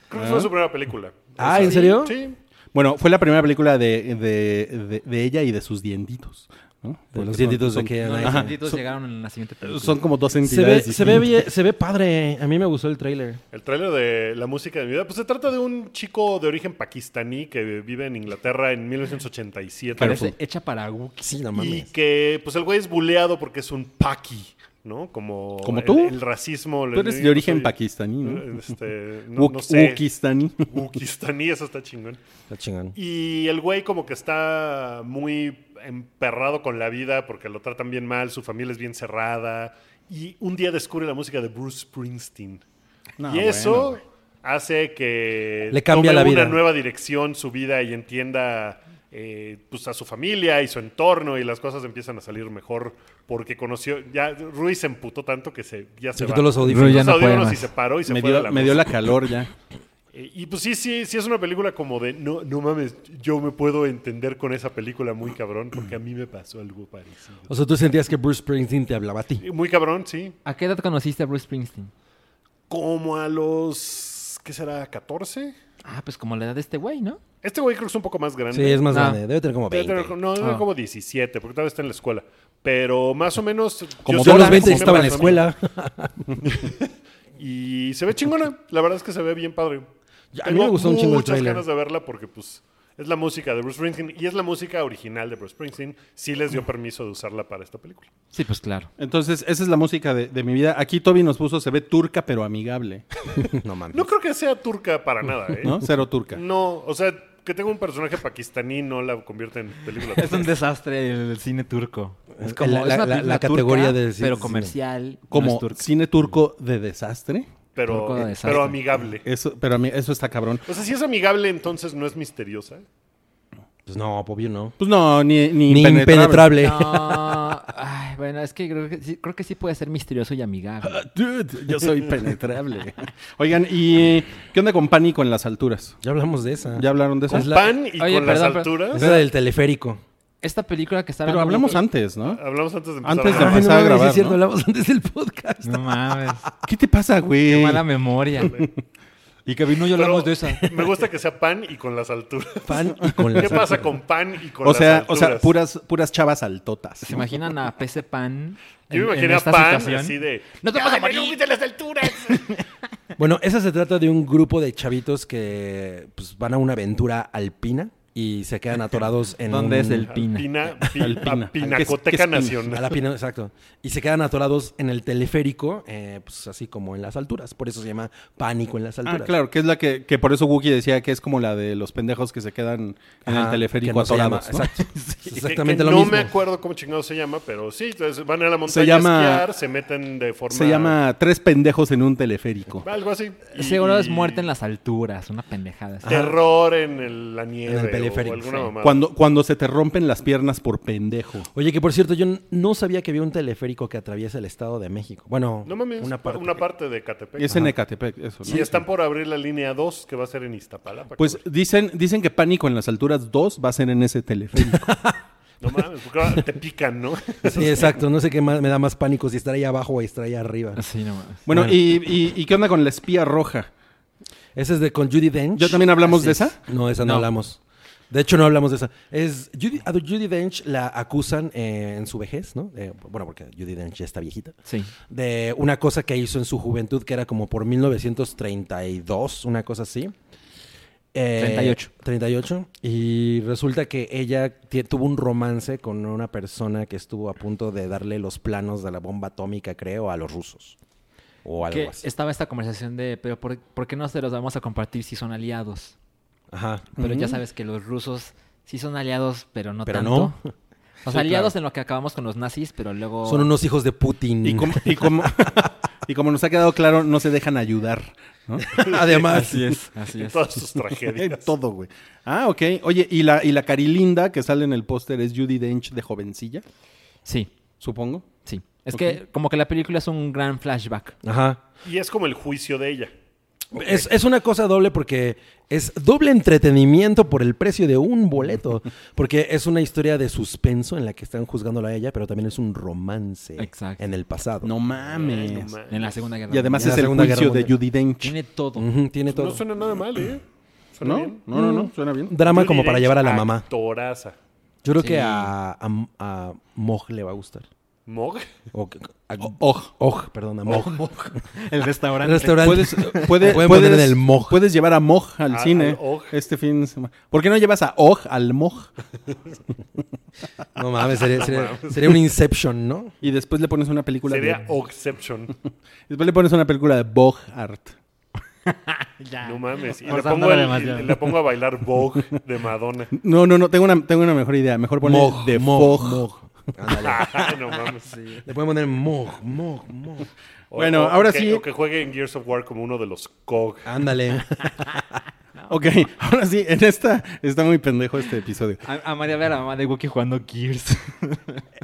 Creo que fue su primera película. Ah, Esa. ¿en serio? Sí. bueno, fue la primera película de, de- de- de ella y de sus dientitos. ¿no? De los Son- dientitos de son- que- No, los Ajá. malditos llegaron en la siguiente película. Son como dos Se entidades. ve, se, ve distintas. bien- se ve padre. A mí me gustó el tráiler. El tráiler de La música de mi vida. Pues se trata de un chico de origen pakistaní que vive en Inglaterra en 1987. Parece hecha para Wookiee. Sí, no Y mames. que, pues el güey es buleado porque es un paqui, ¿no? Como, ¿Como el- tú? El, racismo. Tú eres de origen pakistaní, ¿no? Este, no, Wuk- no sé. Wukistaní. Wukistaní, eso está chingón. Está chingón. Y el güey como que está muy emperrado con la vida porque lo tratan bien mal, su familia es bien cerrada. Y un día descubre la música de Bruce Springsteen. No, y eso bueno, hace que Le cambia la vida. una nueva dirección su vida y entienda eh, pues a su familia y su entorno y las cosas empiezan a salir mejor porque conoció ya Ruiz se emputó tanto que se ya se Se va. quitó los audífonos. Ruiz ya Los no puede audífonos y más. se paró y se me fue de dio, la me dio la música. calor ya. Eh, Y pues sí, sí, sí es una película como de no, no mames, yo me puedo entender con esa película muy cabrón, porque a mí me pasó algo parecido. O sea, tú sentías que Bruce Springsteen te hablaba a ti. Eh, Muy cabrón, sí. ¿A qué edad conociste a Bruce Springsteen? Como a los ¿qué será? ¿14? Ah, pues como la edad de este güey, ¿no? Este güey creo que es un poco más grande. Sí, es más No. grande. Debe tener como Debe 20. tener- no, debe tener Ah. como 17, porque todavía está en la escuela. Pero más o menos. yo Como Yo sé a Dora, más los o 20 menos estaba en la más o escuela. menos. Y se ve chingona. La verdad es que se ve bien padre. Ya, a mí me gustó un chingo el muchas tráiler. ganas de verla porque, pues. Es la música de Bruce Springsteen y es la música original de Bruce Springsteen. Sí les dio permiso de usarla para esta película. Sí, pues claro. Entonces, esa es la música de, de mi vida. Aquí Toby nos puso, se ve turca pero amigable. No mames. No creo que sea turca para nada, ¿eh? ¿No? Cero turca. No, o sea, que tenga un personaje pakistaní no la convierte en película. Es un desastre el, el cine turco. Es como La- es una la- la película categoría turca, de cine- pero comercial. no Como es turca. cine turco de desastre. pero, Turco de desastre. pero amigable. Eso, pero a mí, eso está cabrón. O sea, si es amigable, entonces no es misteriosa. Pues no, obvio no. Pues no, ni, ni, Ni impenetrable. No, ay, bueno, es que creo que sí, creo que sí puede ser misterioso y amigable. Dude, yo soy penetrable. Oigan, ¿y qué onda con pánico en las alturas? Ya hablamos de esa. ¿Ya hablaron de eso? Con pan y Oye, con perdón, las pero- alturas. Esa del teleférico. Esta película que está Pero hablando- hablamos antes, ¿no? Hablamos antes de empezar. a Antes de grabar. empezar. Empezaba a Ah, mames, grabar, es cierto, ¿no? hablamos antes del podcast. No mames. ¿Qué te pasa, güey? Qué mala memoria. Y que vino y Pero hablamos de esa. Me gusta que sea pan y con las alturas. Pan y con ¿Qué las- pasa con pan y con O las sea, o alturas? sea, puras, puras chavas altotas. ¿Se imaginan a PC Pan? Yo me en- en imaginé a esta pan situación? así de. No te vas a morir". de las alturas! Bueno, esa se trata de un grupo de chavitos que pues, van a una aventura alpina y se quedan atorados en ¿Dónde un- es el pin? Alpina, pi- Alpina. a Pinacoteca ¿Qué es- qué es pin? Nacional. A la pina, exacto. Y se quedan atorados en el teleférico, eh, pues así como en las alturas. Por eso se llama pánico en las Ah, alturas. claro, que es la que, que por eso Wookie decía que es como la de los pendejos que se quedan en Ajá, el que teleférico no se llama- atorados. ¿no? Exacto. Es Que- Exactamente que lo no mismo. me acuerdo cómo chingado se llama, pero sí, entonces van a la montaña Se llama- a esquiar, se meten de forma... Se llama Tres pendejos en un teleférico. Algo así. Y- Seguro es muerte en las alturas, una pendejada. así. Terror en el- la nieve En el o- teleférico, o alguna sí. mamada. Cuando, cuando se te rompen las piernas por pendejo. Oye, que por cierto, yo n- no sabía que había un teleférico que atraviesa el Estado de México. Bueno, No mames, una parte. de Catepec. Es en Ecatepec, eso. ¿no? Y están por abrir la línea 2, que va a ser en Iztapalapa. Pues cabrón. dicen, dicen que Pánico en las alturas 2 va a ser en ese teleférico. No mames, porque ahora te pican, ¿no? Sí, exacto. No sé qué más me da más pánico si estar ahí abajo o estar ahí arriba. Ah, Sí, no mames. bueno, y, y- y qué onda con la espía roja? Ese es de con Judy Dench. ¿Ya también hablamos Así de es. esa? No, esa no, No. hablamos. De hecho, no hablamos de esa. Es Judy, a Judy Dench la acusan eh, en su vejez, ¿no? Eh, bueno, porque Judy Dench ya está viejita. Sí. De una cosa que hizo en su juventud que era como por 1932, una cosa así. Eh, 38. 38. Y resulta que ella tie- tuvo un romance con una persona que estuvo a punto de darle los planos de la bomba atómica, creo, a los rusos. O algo Que así. estaba esta conversación de, pero por, ¿por qué no se los vamos a compartir si son aliados? Ajá. Pero ya sabes que los rusos sí son aliados, pero no Pero tanto. no. O sea, aliados en lo que acabamos con los nazis, pero luego... Son unos hijos de Putin. Y como, y como, y como nos ha quedado claro, no se dejan ayudar. ¿no? Además, Así en es. todas sus En tragedias. todo, güey. Ah, ok. Oye, y la, y la carilinda que sale en el póster es Judy Dench de jovencilla, Sí, supongo. sí. Es que como que la película es un gran flashback. Ajá. Y es como el juicio de ella. Es, es una cosa doble porque es doble entretenimiento por el precio de un boleto. Porque es una historia de suspenso en la que están juzgándola a ella, pero también es un romance Exacto. en el pasado. No mames. Ay, no mames. En la Segunda Guerra Y además Ya la es el Segunda Guerra juicio de Mundial. Judy Dench. Tiene todo. Ujú, tiene todo. No suena nada mal, ¿eh? Suena ¿No? bien. No, no, no. Suena bien. Drama Judy como para Dench, llevar a la mamá. Actoraza. Yo creo Sí. que a, a, a Moj le va a gustar. Mog. O, a, Oj. Oj, perdón, a Moj. El restaurante. Restaurante. Puedes, puede- Me pueden puedes- poner en el Moj. puedes llevar a Moj al A- cine Ah, al Oj. este fin de semana. ¿Por qué no llevas a Oj al Moj? No mames, sería, sería, sería un Inception, ¿no? Y después le pones una película Sería de... Oxception. Después le pones una película de Bog Art. Ah. No mames. Y le Forzándola pongo, el- demasiado. y le pongo a bailar Vogue de Madonna. No, no, no. Tengo una, tengo una mejor idea. Mejor ponle Moj, de Moj, Fog. Moj. Ándale. Ay, Ah, no mames. Le pueden poner Moj, Moj, Moj. O- Bueno, o- ahora o que- sí. O que juegue en Gears of War como uno de los COG. Ándale. Ok, ahora sí. En esta... Está muy pendejo este episodio. A, a María ver a la mamá de Wookiee jugando Gears.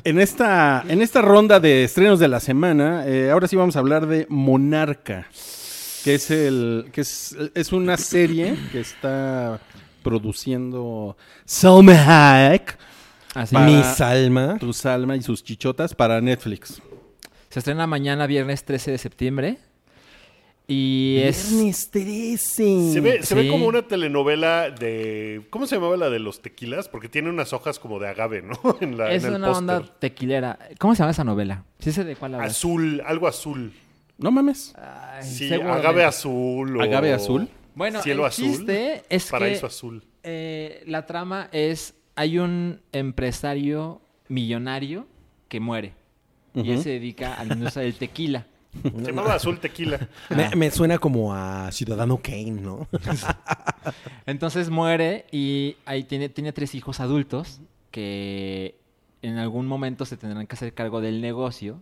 En esta, en esta ronda de estrenos de la semana, eh, ahora sí vamos a hablar de Monarca, que es el que es, es una serie que está produciendo Salmahack, Así Para- Mi Salma. tu Salma y sus chichotas para Netflix. Se estrena mañana, viernes 13 de septiembre. Y es... Viernes 13. Se ve, se ve Mm, Sí. como una telenovela de. ¿Cómo se llamaba la de los tequilas? Porque tiene unas hojas como de agave, ¿no? En, la, Es en el una onda póster. tequilera. ¿Cómo se llama esa novela? Sí sé de cuál hablas. Azul, algo azul. No mames. Ay, Sí, seguramente. agave azul. o- ¿Agave azul? Bueno, cielo el azul. chiste es que paraíso azul. eh, la trama es, hay un empresario millonario que muere y él Ujú. se dedica a la industria del tequila. Se llamaba Azul Tequila. Me, me suena como a Ciudadano Kane, ¿no? Entonces muere y ahí tiene, tiene tres hijos adultos que en algún momento se tendrán que hacer cargo del negocio.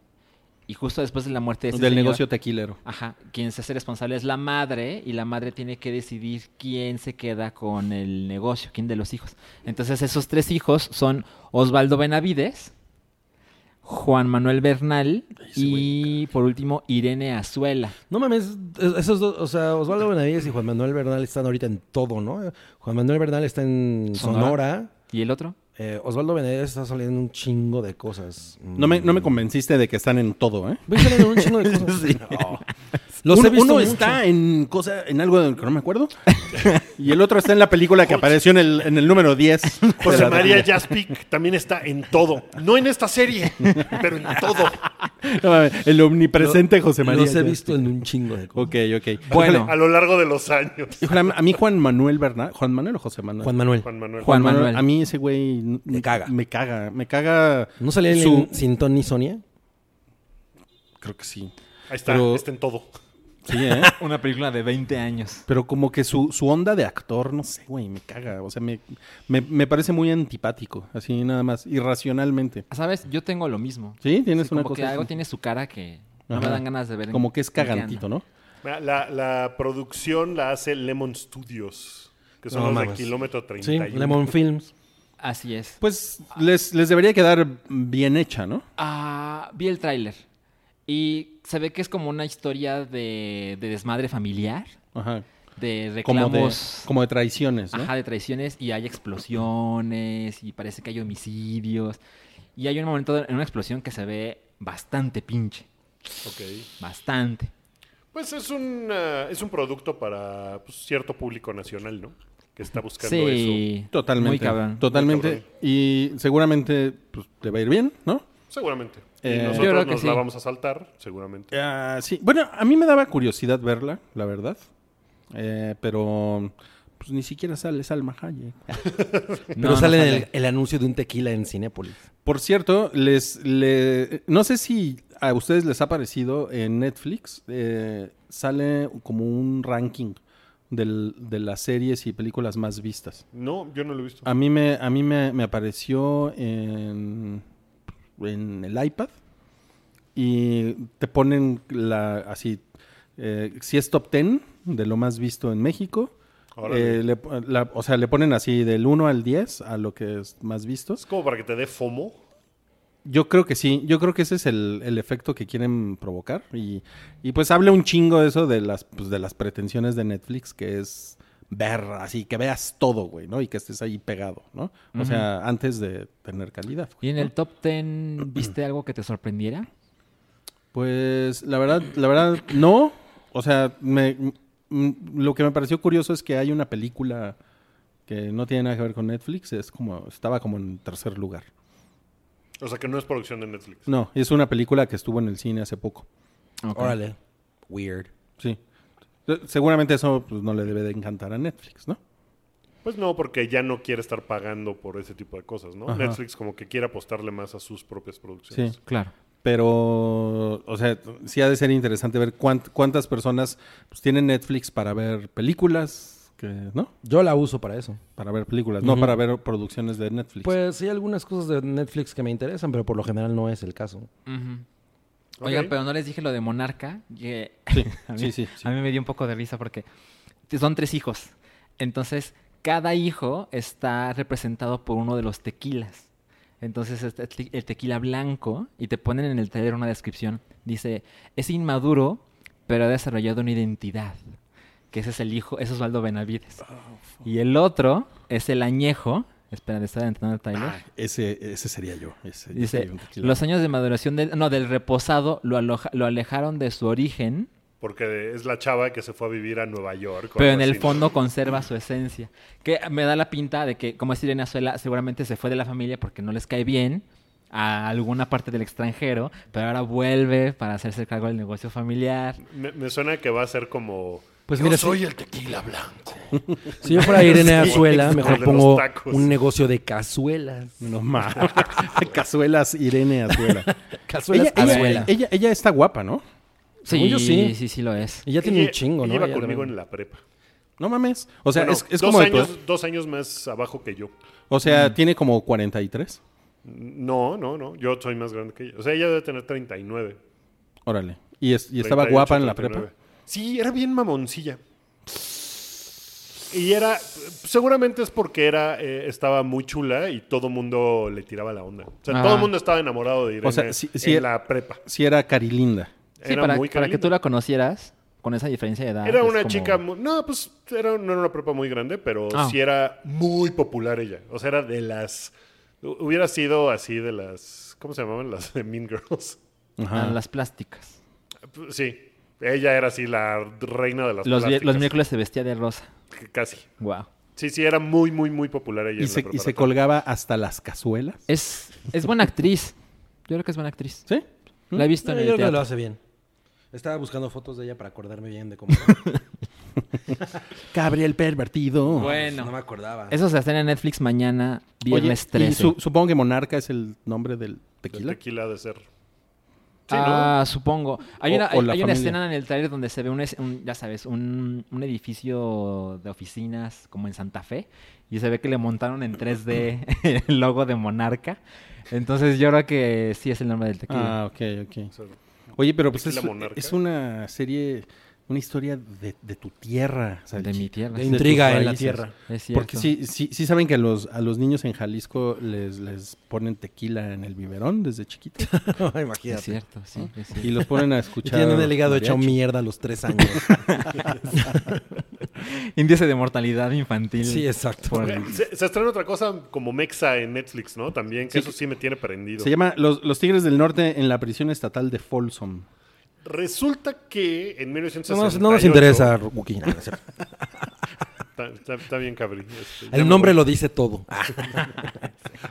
Y justo después de la muerte de Del este señor- negocio tequilero. Ajá, quien se hace responsable es la madre y la madre tiene que decidir quién se queda con el negocio, quién de los hijos. Entonces esos tres hijos son Osvaldo Benavides, Juan Manuel Bernal y por último Irene Azuela. No mames, es- esos dos, o sea, Osvaldo Benavides y Juan Manuel Bernal están ahorita en todo, ¿no? Juan Manuel Bernal está en Sonora. Sonora. ¿Y el otro? eh, Osvaldo Benavides está saliendo en un chingo de cosas. No me, no me convenciste de que están en todo, ¿eh? Voy saliendo en un chingo de cosas. No. Los uno he visto uno mucho. está en cosa, en algo de lo que no me acuerdo. y el otro está en la película que apareció en el, en el número 10. de José la- María Jaspic también está en todo. No en esta serie, pero en todo. No mames, el omnipresente José María. Los he ya. visto en un chingo de cosas. Ok, ok. Bueno, A lo largo de los años. Híjole, a mí Juan Manuel Bernal. ¿Juan Manuel o José Manuel? Juan Manuel. Juan Manuel. Juan Manuel. A mí ese güey. Me caga. Me caga. Me caga. ¿No salía él su- en sin Tony Sonia? Creo que sí. Ahí está, Pero- está en todo. Sí, ¿eh? una película de 20 años. Pero como que su, su onda de actor, no sé, güey, me caga. O sea, me, me, me parece muy antipático. Así nada más, irracionalmente. ¿Sabes? Yo tengo lo mismo. ¿Sí? Tienes Sí, una como cosa que así. algo tiene su cara que no Ajá. me dan ganas de ver. en- Como que es en qué anda. cagantito, ¿no? Mira, La, la producción la hace Lemon Studios, que son No los mames. de kilómetro Sí, 31. Lemon Films. Así es. Pues les, les debería quedar bien hecha, ¿no? Ah, vi el tráiler y se ve que es como una historia de, de desmadre familiar, Ajá. de Como de, reclamos, como de traiciones, ¿no? ajá, de traiciones y hay explosiones y parece que hay homicidios y hay un momento en una explosión que se ve bastante pinche, Ok. bastante. Pues es un, ah, es un producto para pues, cierto público nacional, ¿no? Que está buscando eso. Sí, Totalmente. muy cabrón. Totalmente. Muy cabrón. Y seguramente pues, te va a ir bien, ¿no? Seguramente. Eh, y yo creo nosotros que nos sí. la vamos a saltar, seguramente. Ah, sí. Bueno, a mí me daba curiosidad verla, la verdad. Eh, pero pues ni siquiera sale Salma Hayek. Pero No, no sale, en sale. El, el anuncio de un tequila en Cinépolis. Por cierto, les, le- no sé si a ustedes les ha parecido en Netflix, eh, sale como un ranking del- de las series y películas más vistas. No, yo no lo he visto. A mí me, a mí me, me apareció en, en el iPad y te ponen la, así, eh, si es top 10 de lo más visto en México. Órale. eh, le- la- o sea, le ponen así del 1 al 10 a lo que es más vistos. Es como para que te dé FOMO. Yo creo que sí, yo creo que ese es el, el efecto que quieren provocar y, y pues habla un chingo de eso de las, pues, de las pretensiones de Netflix que es ver así, que veas todo, güey, ¿no? Y que estés ahí pegado, ¿no? O sea, antes de tener calidad. güey, Y en ¿no? el top 10 viste algo que te sorprendiera? Pues la verdad, la verdad, no. O sea, me, mm, lo que me pareció curioso es que hay una película que no tiene nada que ver con Netflix, es como, estaba como en tercer lugar. O sea, que no es producción de Netflix. No, es una película que estuvo en el cine hace poco. Ok. Órale. Weird. Sí. Eh, Seguramente eso pues, no le debe de encantar a Netflix, ¿no? Pues no, porque ya no quiere estar pagando por ese tipo de cosas, ¿no? Ajá. Netflix como que quiere apostarle más a sus propias producciones. Sí. Claro. Pero, o sea, sí ha de ser interesante ver cuánt- cuántas personas pues, tienen Netflix para ver películas, que, ¿no? Yo la uso para eso. Para ver películas, no Ujú. para ver producciones de Netflix. Pues sí, hay algunas cosas de Netflix que me interesan, pero por lo general no es el caso. Ujú. Ok. Oigan, pero no les dije lo de Monarca. que Sí, a mí, sí, sí, sí. a mí me dio un poco de risa porque t- son tres hijos. Entonces, cada hijo está representado por uno de los tequilas. Entonces, está el te- el tequila blanco y te ponen en el taller una descripción. Dice, es inmaduro, pero ha desarrollado una identidad. Que ese es el hijo, ese es Osvaldo Benavides. Oh, y el otro es el añejo. Espera, le estaba entrando el taller. Ah, ese, ese sería yo. ese- yo Dice, sería un tequila. los años de maduración del, no, del reposado lo, aloja- lo alejaron de su origen, Porque es la chava que se fue a vivir a Nueva York. o pero en algo el así, ¿no? fondo conserva su esencia. Que me da la pinta de que, como es Irene Azuela, seguramente se fue de la familia porque no les cae bien a alguna parte del extranjero, pero ahora vuelve para hacerse cargo del negocio familiar. Me, me suena que va a ser como Pues Yo mira, soy si, el tequila blanco. si yo fuera Irene Sí. Azuela, mejor Con los pongo tacos. un negocio de cazuelas. No mames. Cazuelas, Irene Azuela. Cazuelas ella, ella, Azuela. ella, ella está guapa, ¿no? Según Sí, yo, sí. sí, sí, sí lo es. Ella tiene Ella- un chingo, ¿no? ella Iba Ella conmigo también. en la prepa. No mames. O sea, Bueno, es, es dos, como de tu años, edad. dos años más abajo que yo. O sea, tiene como 43. No, no, no. Yo soy más grande que ella. O sea, ella debe tener 39. Órale. ¿Y, es- y estaba 38, guapa en la 39. prepa? Sí, era bien mamoncilla. Y era, seguramente es porque era, eh, estaba muy chula y todo mundo le tiraba la onda. O sea, Ajá. todo el mundo estaba enamorado de Irene O sea, sí- sí en era- la prepa. Sí, era carilinda. Sí, Era para, muy para que caliente. tú la conocieras con esa diferencia de edad. Era es una como- chica, mu- no, pues era, no era una prepa muy grande, pero Ah. sí era muy popular ella. O sea, era de las, hu- hubiera sido así de las, ¿cómo se llamaban las de Mean Girls? Ah, Ajá. las plásticas. Sí, ella era así la reina de las Los, vi- plásticas. los miércoles se vestía de rosa. Casi. Wow. Sí, sí, era muy, muy, muy popular ella. Y en se, la y se preparatoria. colgaba hasta las cazuelas. Es, es buena actriz. Yo creo que es buena actriz. ¿Sí? ¿Mm? La he visto en No, Eh, yo el creo que teatro. lo hace bien. Estaba buscando fotos de ella para acordarme bien de cómo. Gabriel pervertido. Pues No me acordaba. Eso se estrena en Netflix mañana, viernes Oye, y 13. su- supongo que Monarca es el nombre del Del tequila. tequila de ser. Sí, ah, supongo. Hay, O- una, o hay, la hay una familia. escena en el trailer donde se ve un, es- un- ya sabes, un, un edificio de oficinas como en Santa Fe y se ve que le montaron en 3D el logo de Monarca. Entonces yo creo que sí es el nombre del tequila. Ah, ok, ok. ¿no? O sea, Oye, pero pues Tequila es, Monarca. es una serie, una historia de, de tu tierra. o sea, de mi tierra. De sí. intriga tus en la raíces. tierra. Es cierto. Porque sí, sí, sí saben que a los, a los niños en Jalisco les, les ponen tequila en el biberón desde chiquitos Es Imagínate. cierto, sí. es Ah. y cierto. los ponen a Y escuchar. Tienen el hígado hecho mariachi. mierda a los tres años. Índice de mortalidad infantil. sí, exacto. Por el- Se, se estrena otra cosa como Mexa en Netflix, ¿no? También, que eso sí me tiene prendido. Se llama los, los Tigres del Norte en la prisión estatal de Folsom. Resulta que en No 1968... nos, no nos interesa, Wookie. No, no es cierto. Está, está- está bien, cabrón. Este, ya El me nombre voy. lo dice todo. Ah,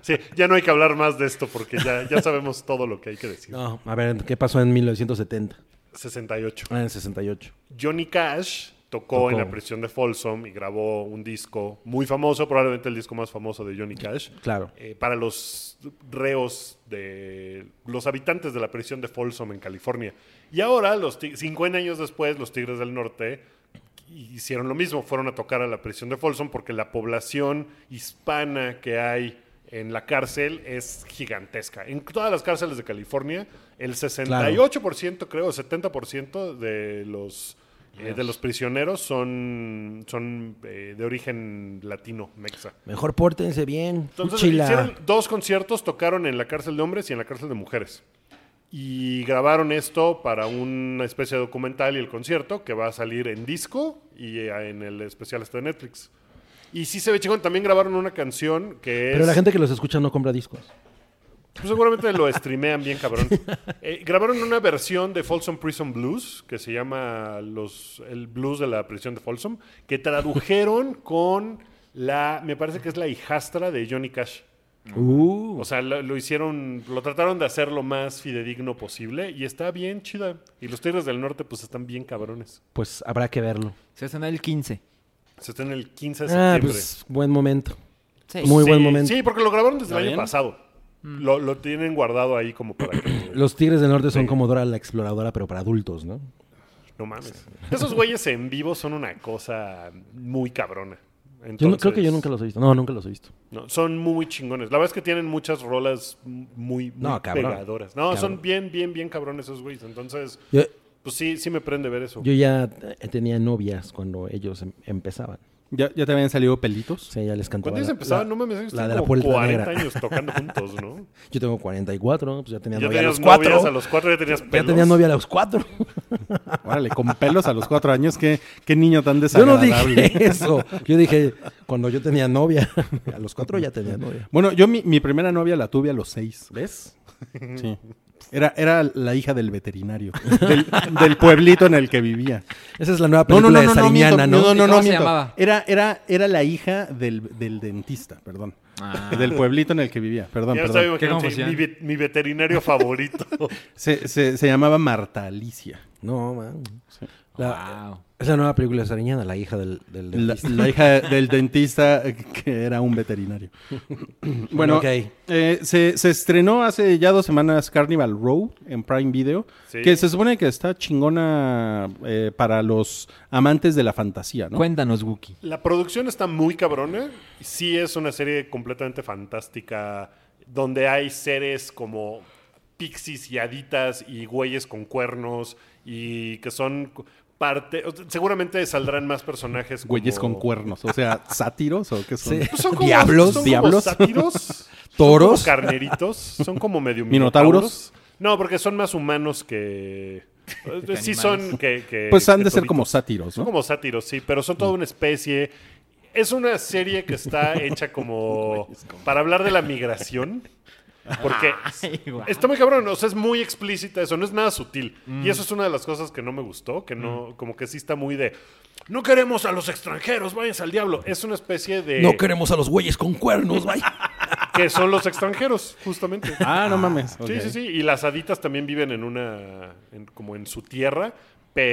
Sí, ya no hay que hablar más de esto porque ya, ya sabemos todo lo que hay que decir. No, a ver, ¿qué pasó en 1970? 68. Ah, en 68. Johnny Cash tocó, Tocó. en la prisión de Folsom y grabó un disco muy famoso, probablemente el disco más famoso de Johnny Cash. Claro. eh, para los reos de los habitantes de la prisión de Folsom en California. Y ahora, los ti- 50 años después, los Tigres del Norte hicieron lo mismo, fueron a tocar a la prisión de Folsom porque la población hispana que hay en la cárcel es gigantesca. En todas las cárceles de California, el 68% creo, 70% de los eh, de los prisioneros son, son eh, de origen latino, mexa. Mejor pórtense bien. Entonces Uchila. hicieron dos conciertos, tocaron en la cárcel de hombres y en la cárcel de mujeres. Y grabaron esto para una especie de documental y el concierto que va a salir en disco y eh, en el especial este de Netflix. Y sí se ve chingón, también grabaron una canción que es... Pero la gente que los escucha no compra discos. Pues seguramente lo streamean bien, cabrón. Eh, grabaron una versión de Folsom Prison Blues que se llama los, el blues de la prisión de Folsom, que tradujeron con la, me parece que es la hijastra de Johnny Cash. Uh. O sea, lo, lo hicieron, lo trataron de hacer lo más fidedigno posible y está bien chida. Y los Tigres del Norte, pues están bien cabrones. Pues habrá que verlo. Se estrena el 15. Se está en el 15 de Ah, septiembre. pues buen momento. Sí. Muy Sí, buen momento. Sí, porque lo grabaron desde el año bien? pasado. Lo, lo tienen guardado ahí como para que. Los Tigres del Norte son como Dora la Exploradora, pero para adultos, ¿no? No mames. Esos güeyes en vivo son una cosa muy cabrona. Yo no- creo Entonces, que yo nunca los he visto. No, nunca los he visto. no, son muy chingones. La verdad es que tienen muchas rolas muy, muy No, cabrón. pegadoras. No, Cabrón. son bien, bien, bien cabrones esos güeyes. Entonces, Yo, pues sí, sí me prende ver eso. yo ya eh, tenía novias cuando ellos em- empezaban. ¿Ya, ya te habían salido pelitos? O sea, ya les cantaba. Cuando ellos la- empezaban, la- no mames, ellos la tenían de la como Puerta 40 Negra. años tocando juntos, ¿no? Yo tengo 44, pues ya tenía ya novia a tenías los cuatro. novias a los cuatro, ya tenías pelos. Ya tenía novia a los cuatro. Órale, con pelos a los cuatro años. Qué, qué niño tan Yo no desagradable. dije eso. Yo dije, cuando yo tenía novia. A los cuatro ya tenía novia. Bueno, yo mi, mi primera novia la tuve a los seis. ¿Ves? Sí. Era, era la hija del veterinario, del, del pueblito en el que vivía. Esa es la nueva película de Sariñana, miento, no, ¿no? no, ¿Cómo no, se miento. llamaba? Era, era, era la hija del, del dentista, perdón. Ah. Del pueblito en el que vivía, perdón, Ya me perdón. estaba Qué imaginando, sí, confusión. mi, vet- mi veterinario favorito. Se, se- se llamaba Marta Alicia. No, man. La- Wow. Es la nueva película de Sariñana, la hija del, del La, dentista. la hija del dentista eh, que era un veterinario. bueno, Ok. eh, se, se estrenó hace ya dos semanas Carnival Row en Prime Video, Sí. que se supone que está chingona eh, para los amantes de la fantasía, ¿no? Cuéntanos, Wookie. La producción está muy cabrona. Sí es una serie completamente fantástica donde hay seres como pixies y haditas y güeyes con cuernos y que son parte... o sea, Seguramente saldrán más personajes como- Güeyes con cuernos, o sea, sátiros o qué son. Sí. Pues son como, Diablos, son como diablos. sátiros, son Toros. como carneritos, son como medio Minotauros. minotauros. No, porque son más humanos que... Que sí animales. son que, que- Pues han que de ser toritos. como sátiros, Son ¿no? como sátiros, sí, pero son toda una especie. Es una serie que está hecha como para hablar de la migración. Porque Ay, guau. está muy cabrón, o sea, es muy explícita eso, no es nada sutil. Mm. Y eso es una de las cosas que no me gustó, que no, como que sí está muy de, no queremos a los extranjeros, váyanse al diablo. Es una especie de... No queremos a los güeyes con cuernos, güey. que son los extranjeros, justamente. Ah, no mames. ok. Sí, sí, sí. Y las haditas también viven en una. en- como en su tierra.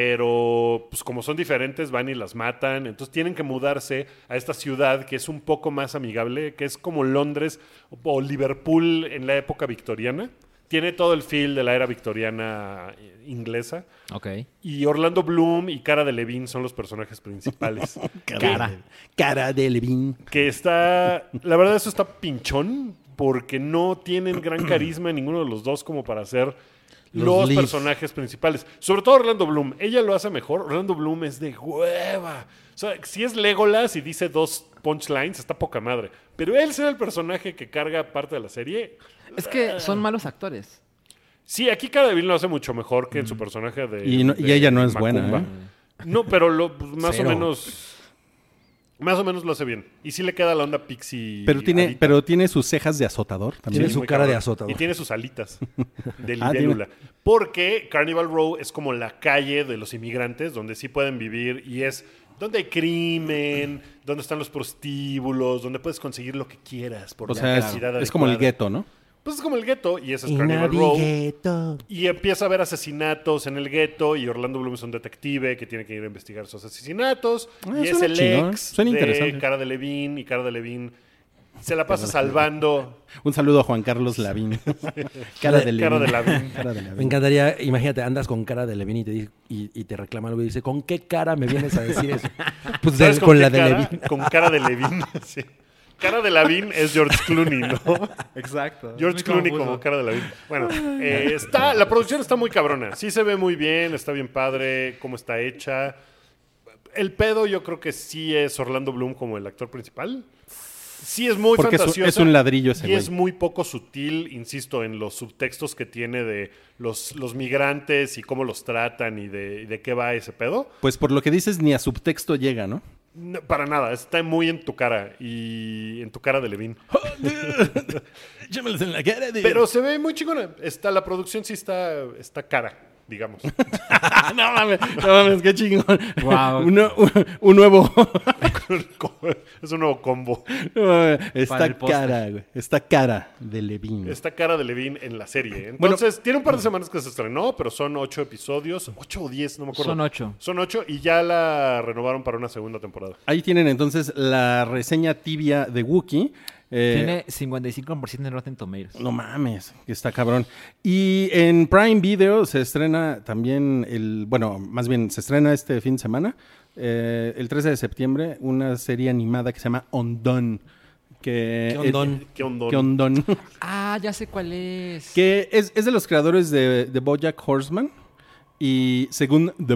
Pero, pues como son diferentes, van y las matan. Entonces tienen que mudarse a esta ciudad que es un poco más amigable, que es como Londres o Liverpool en la época victoriana. Tiene todo el feel de la era victoriana eh, inglesa. Ok. Y Orlando Bloom y Cara de Levine son los personajes principales. Cara. Cara de Levin. que está, la verdad eso está pinchón porque no tienen gran carisma ninguno de los dos como para ser Los los, leads. personajes principales. Sobre todo Orlando Bloom. Ella lo hace mejor. Orlando Bloom es de hueva. O sea, si es Legolas y dice dos punchlines, está poca madre. Pero él ser el personaje que carga parte de la serie. Es que son malos actores. Sí, aquí Cara Delevingne lo hace mucho mejor que en su personaje de. Mm. Y no- y de ella no es buena, Macumba. ¿eh? No, pero lo, pues, más Cero. o menos. Más o menos lo hace bien. Y sí le queda la onda pixie. Pero tiene, adicta. pero tiene sus cejas de azotador también. Tiene Sí, su muy cara de cabrón. azotador. Y tiene sus alitas de Ah, libélula. Porque Carnival Row es como la calle de los inmigrantes, donde sí pueden vivir y es donde hay crimen, donde están los prostíbulos, donde puedes conseguir lo que quieras por O la sea, es, cantidad es como el adecuada. gueto, ¿no? Pues es como el gueto y ese es Carnival Row. Y empieza a haber asesinatos en el gueto y Orlando Bloom es un detective que tiene que ir a investigar esos asesinatos. Ah, y es suena el chingón, ex suena de interesante. Cara de Levine y Cara de Levine se la pasa salvando Un saludo a Juan Carlos Lavín. cara de Lavín. Cara de Lavín. Cara de Lavín. Me encantaría, imagínate, andas con cara de Levin y te, di- y, y te reclama algo y dice, ¿con qué cara me vienes a decir eso? Pues ¿Sabes del- con qué la de cara? Levin. Con cara de Levin, sí. Cara de Lavín es George Clooney, ¿no? Exacto. George Clooney como cara de Lavín. Bueno, eh, está, la producción está muy cabrona. Sí se ve muy bien, está bien padre, cómo está hecha. El pedo yo creo que sí es Orlando Bloom como el actor principal. Sí es muy Porque es un- fantasiosa es un ladrillo ese Y güey. es muy poco sutil, insisto, en los subtextos que tiene de los, los migrantes y cómo los tratan y de, y de qué va ese pedo. Pues por lo que dices, ni a subtexto llega, ¿no? No, para nada, está muy en tu cara y en tu cara de Levin. en la cara de... Pero se ve muy chingona. Está, la producción sí está, está cara, digamos. no mames, no mames, qué chingón. Guau. un, nue- un- un nuevo... es un nuevo combo. Para Esta el póster. cara, güey. Esta cara de Levín. Está cara de Levin en la serie. ¿eh? Bueno. Entonces, tiene un par de semanas que se estrenó, pero son ocho episodios. Ocho o diez, no me acuerdo. Son ocho. Son ocho y ya la renovaron para una segunda temporada. Ahí tienen entonces la reseña tibia de Wookiee. Eh, Tiene 55% en Rotten Tomatoes. No mames, que está cabrón. Y en Prime Video se estrena también el, bueno, más bien se estrena este fin de semana, eh, el 13 de septiembre, una serie animada que se llama Undone. Que ¿Qué ondón? Qué ondón. Que Undone. Ah, ya sé cuál es. que es, es de los creadores de, de Bojack Horseman. Y según The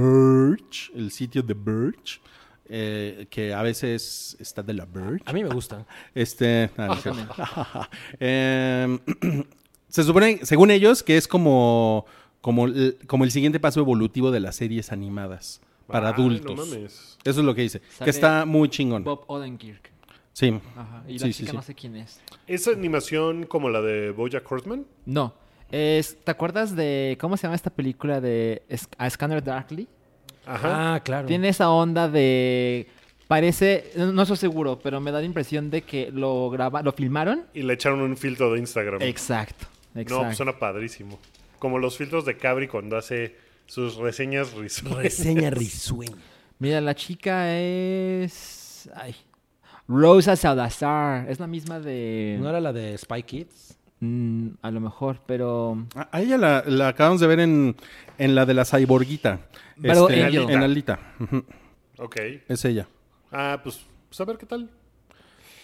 Birch, el sitio The Birch, eh, que a veces está de la Birch. A mí me gusta. Este. ah, no es cierto. Em, se supone, según ellos, que es como, como, el- como el siguiente paso evolutivo de las series animadas para Ay, adultos. No mames. Eso es lo que dice. Sale Que está muy chingón. Bob Odenkirk. Sí. Ajá. Y la Sí, sí, chica sí. no sé quién es. ¿Es animación como la de Bojack Horseman? No. Es- ¿Te acuerdas de cómo se llama esta película de Sc- A Scanner Darkly? Ajá. Ah, claro. Tiene esa onda de parece no, no estoy seguro, pero me da la impresión de que lo graba, lo filmaron. Y le echaron un filtro de Instagram. Exacto. No, pues Exacto. suena padrísimo. Como los filtros de Cabri cuando hace Sus reseñas risueñas. Reseña risueña. Mira, la chica es. Ay. Rosa Salazar. Es la misma de. ¿No era la de Spy Kids? Mm, a lo mejor, pero. Ah, A a ella la, la acabamos de ver en, en la de la cyborguita. Este, Pero Angel. en Alita. Ujú, Ok. Es ella. Ah, pues, pues a ver qué tal.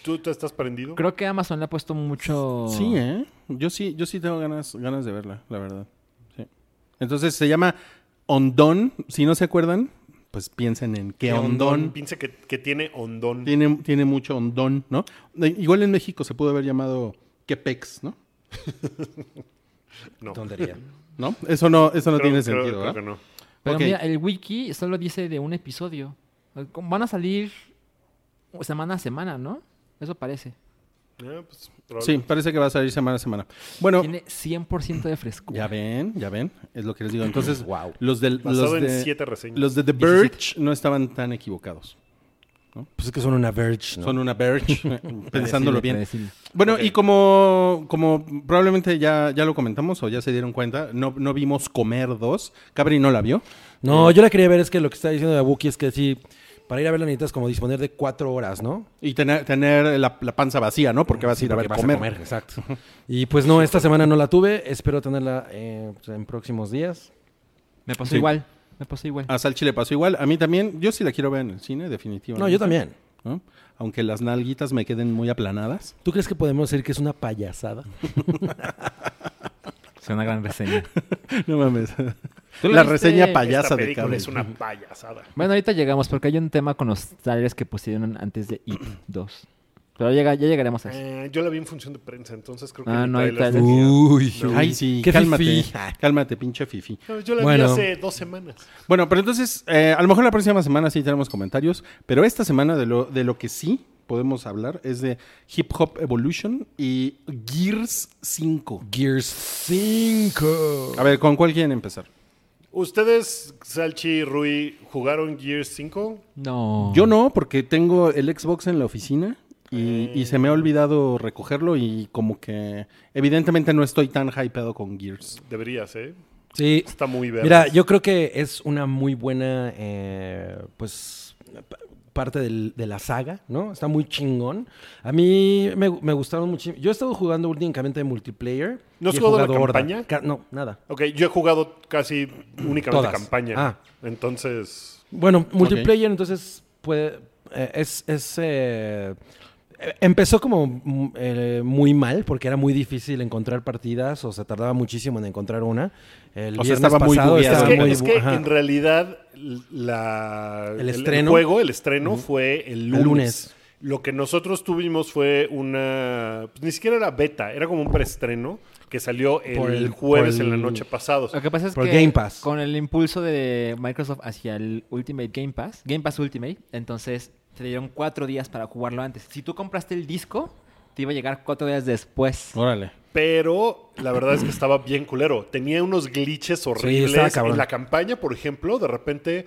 ¿Tú te estás prendido? Creo que Amazon le ha puesto mucho. Sí, ¿eh? Yo sí, yo sí tengo ganas, ganas de verla, la verdad. Sí. Entonces se llama Ondón. Si no se acuerdan, pues piensen en que Ondón Piensa que, que tiene hondón. tiene, tiene mucho Ondón, ¿no? De- Igual en México se pudo haber llamado Quepex, ¿no? No. Tontería. ¿No? Eso no, eso no Creo- tiene creo- sentido, ¿eh? creo ¿verdad? que no. Pero Ok. mira, el wiki solo dice de un episodio. Como Van a salir semana a semana, ¿no? Eso parece. Ah, pues, probable. Sí, parece que va a salir semana a semana. Bueno, Tiene 100% de frescura. ya ven, ya ven, es lo que les digo. Entonces, Wow. los del Basado los en de- siete reseñas. Los de The 17. Birch no estaban tan equivocados. Pues es que son una Verge, ¿no? Son una Birch, pensándolo bien. Predecible. Bueno, y como, como probablemente ya, ya lo comentamos o ya se dieron cuenta, no, no vimos Comer 2. Cabri no la vio. No, yo la quería ver, es que lo que está diciendo de Abuki es que sí, para ir a verla necesitas como disponer de cuatro horas, ¿no? Y tener, tener la, la panza vacía, ¿no? Porque vas a ir a ver Porque vas comer. Exacto. Y pues no, esta semana no la tuve, espero tenerla eh, pues, en próximos días. Me pasó Sí. igual. Me pasó igual. A Salchi le pasó igual. A mí también. Yo sí la quiero ver en el cine, definitivamente. No, yo también. ¿no? Aunque las nalguitas me queden muy aplanadas. ¿Tú crees que podemos decir que es una payasada? Es una gran reseña. No mames. la La viste? reseña Esta payasa de película Cabri. es una payasada. bueno, ahorita llegamos porque hay un tema con los trailers que pusieron antes de IT 2. Pero ya, llega- ya llegaremos a eso. Eh, yo la vi en función de prensa, entonces creo que Ah, ni no hay trailers Uh. trailer. tenía. No. Ay, sí, Qué cálmate. fifí. Cálmate, pinche fifi. No, yo la Bueno. vi hace dos semanas. Bueno, pero entonces, eh, a lo mejor la próxima semana sí tenemos comentarios, pero esta semana de lo, de lo que sí podemos hablar es de Hip Hop Evolution y Gears 5. Gears 5. A ver, ¿con cuál quieren empezar? ¿Ustedes, Salchi y Rui, jugaron Gears 5? No. Yo no, porque tengo el Xbox en la oficina y, Eh. y se me ha olvidado recogerlo y como que evidentemente no estoy tan hypeado con Gears. Deberías, ¿eh? Sí. Está muy verde. Mira, yo creo que es una muy buena, eh, pues, pa- parte del- de la saga, ¿no? Está muy chingón. A mí me, me gustaron muchísimo. Yo he estado jugando últimamente de multiplayer. ¿No has y he jugado la Horda. campaña? Ca- no, nada. Ok, yo he jugado casi únicamente Todas. campaña. Ah. Entonces, Bueno, multiplayer entonces puede, eh, es... es, eh, eh, Empezó como mm, eh, muy mal porque era muy difícil encontrar partidas o se tardaba muchísimo en encontrar una. El O sea, viernes estaba muy pasado bugueado. es estaba que, muy es bu- que ajá. en realidad la, El estreno. juego, el estreno fue el lunes. lunes. Lo que nosotros tuvimos fue una... pues, ni siquiera era beta, era como un preestreno que salió el, Por el- jueves por en la el- noche pasado. Lo que pasa es Por que Game Pass. con el impulso de Microsoft hacia el Ultimate Game Pass, Game Pass Ultimate, entonces te dieron cuatro días para jugarlo antes. Si tú compraste el disco, te iba a llegar cuatro días después. Órale. Pero la verdad es que estaba bien culero. Tenía unos glitches estaba horribles. cabrón. en la campaña, por ejemplo, de repente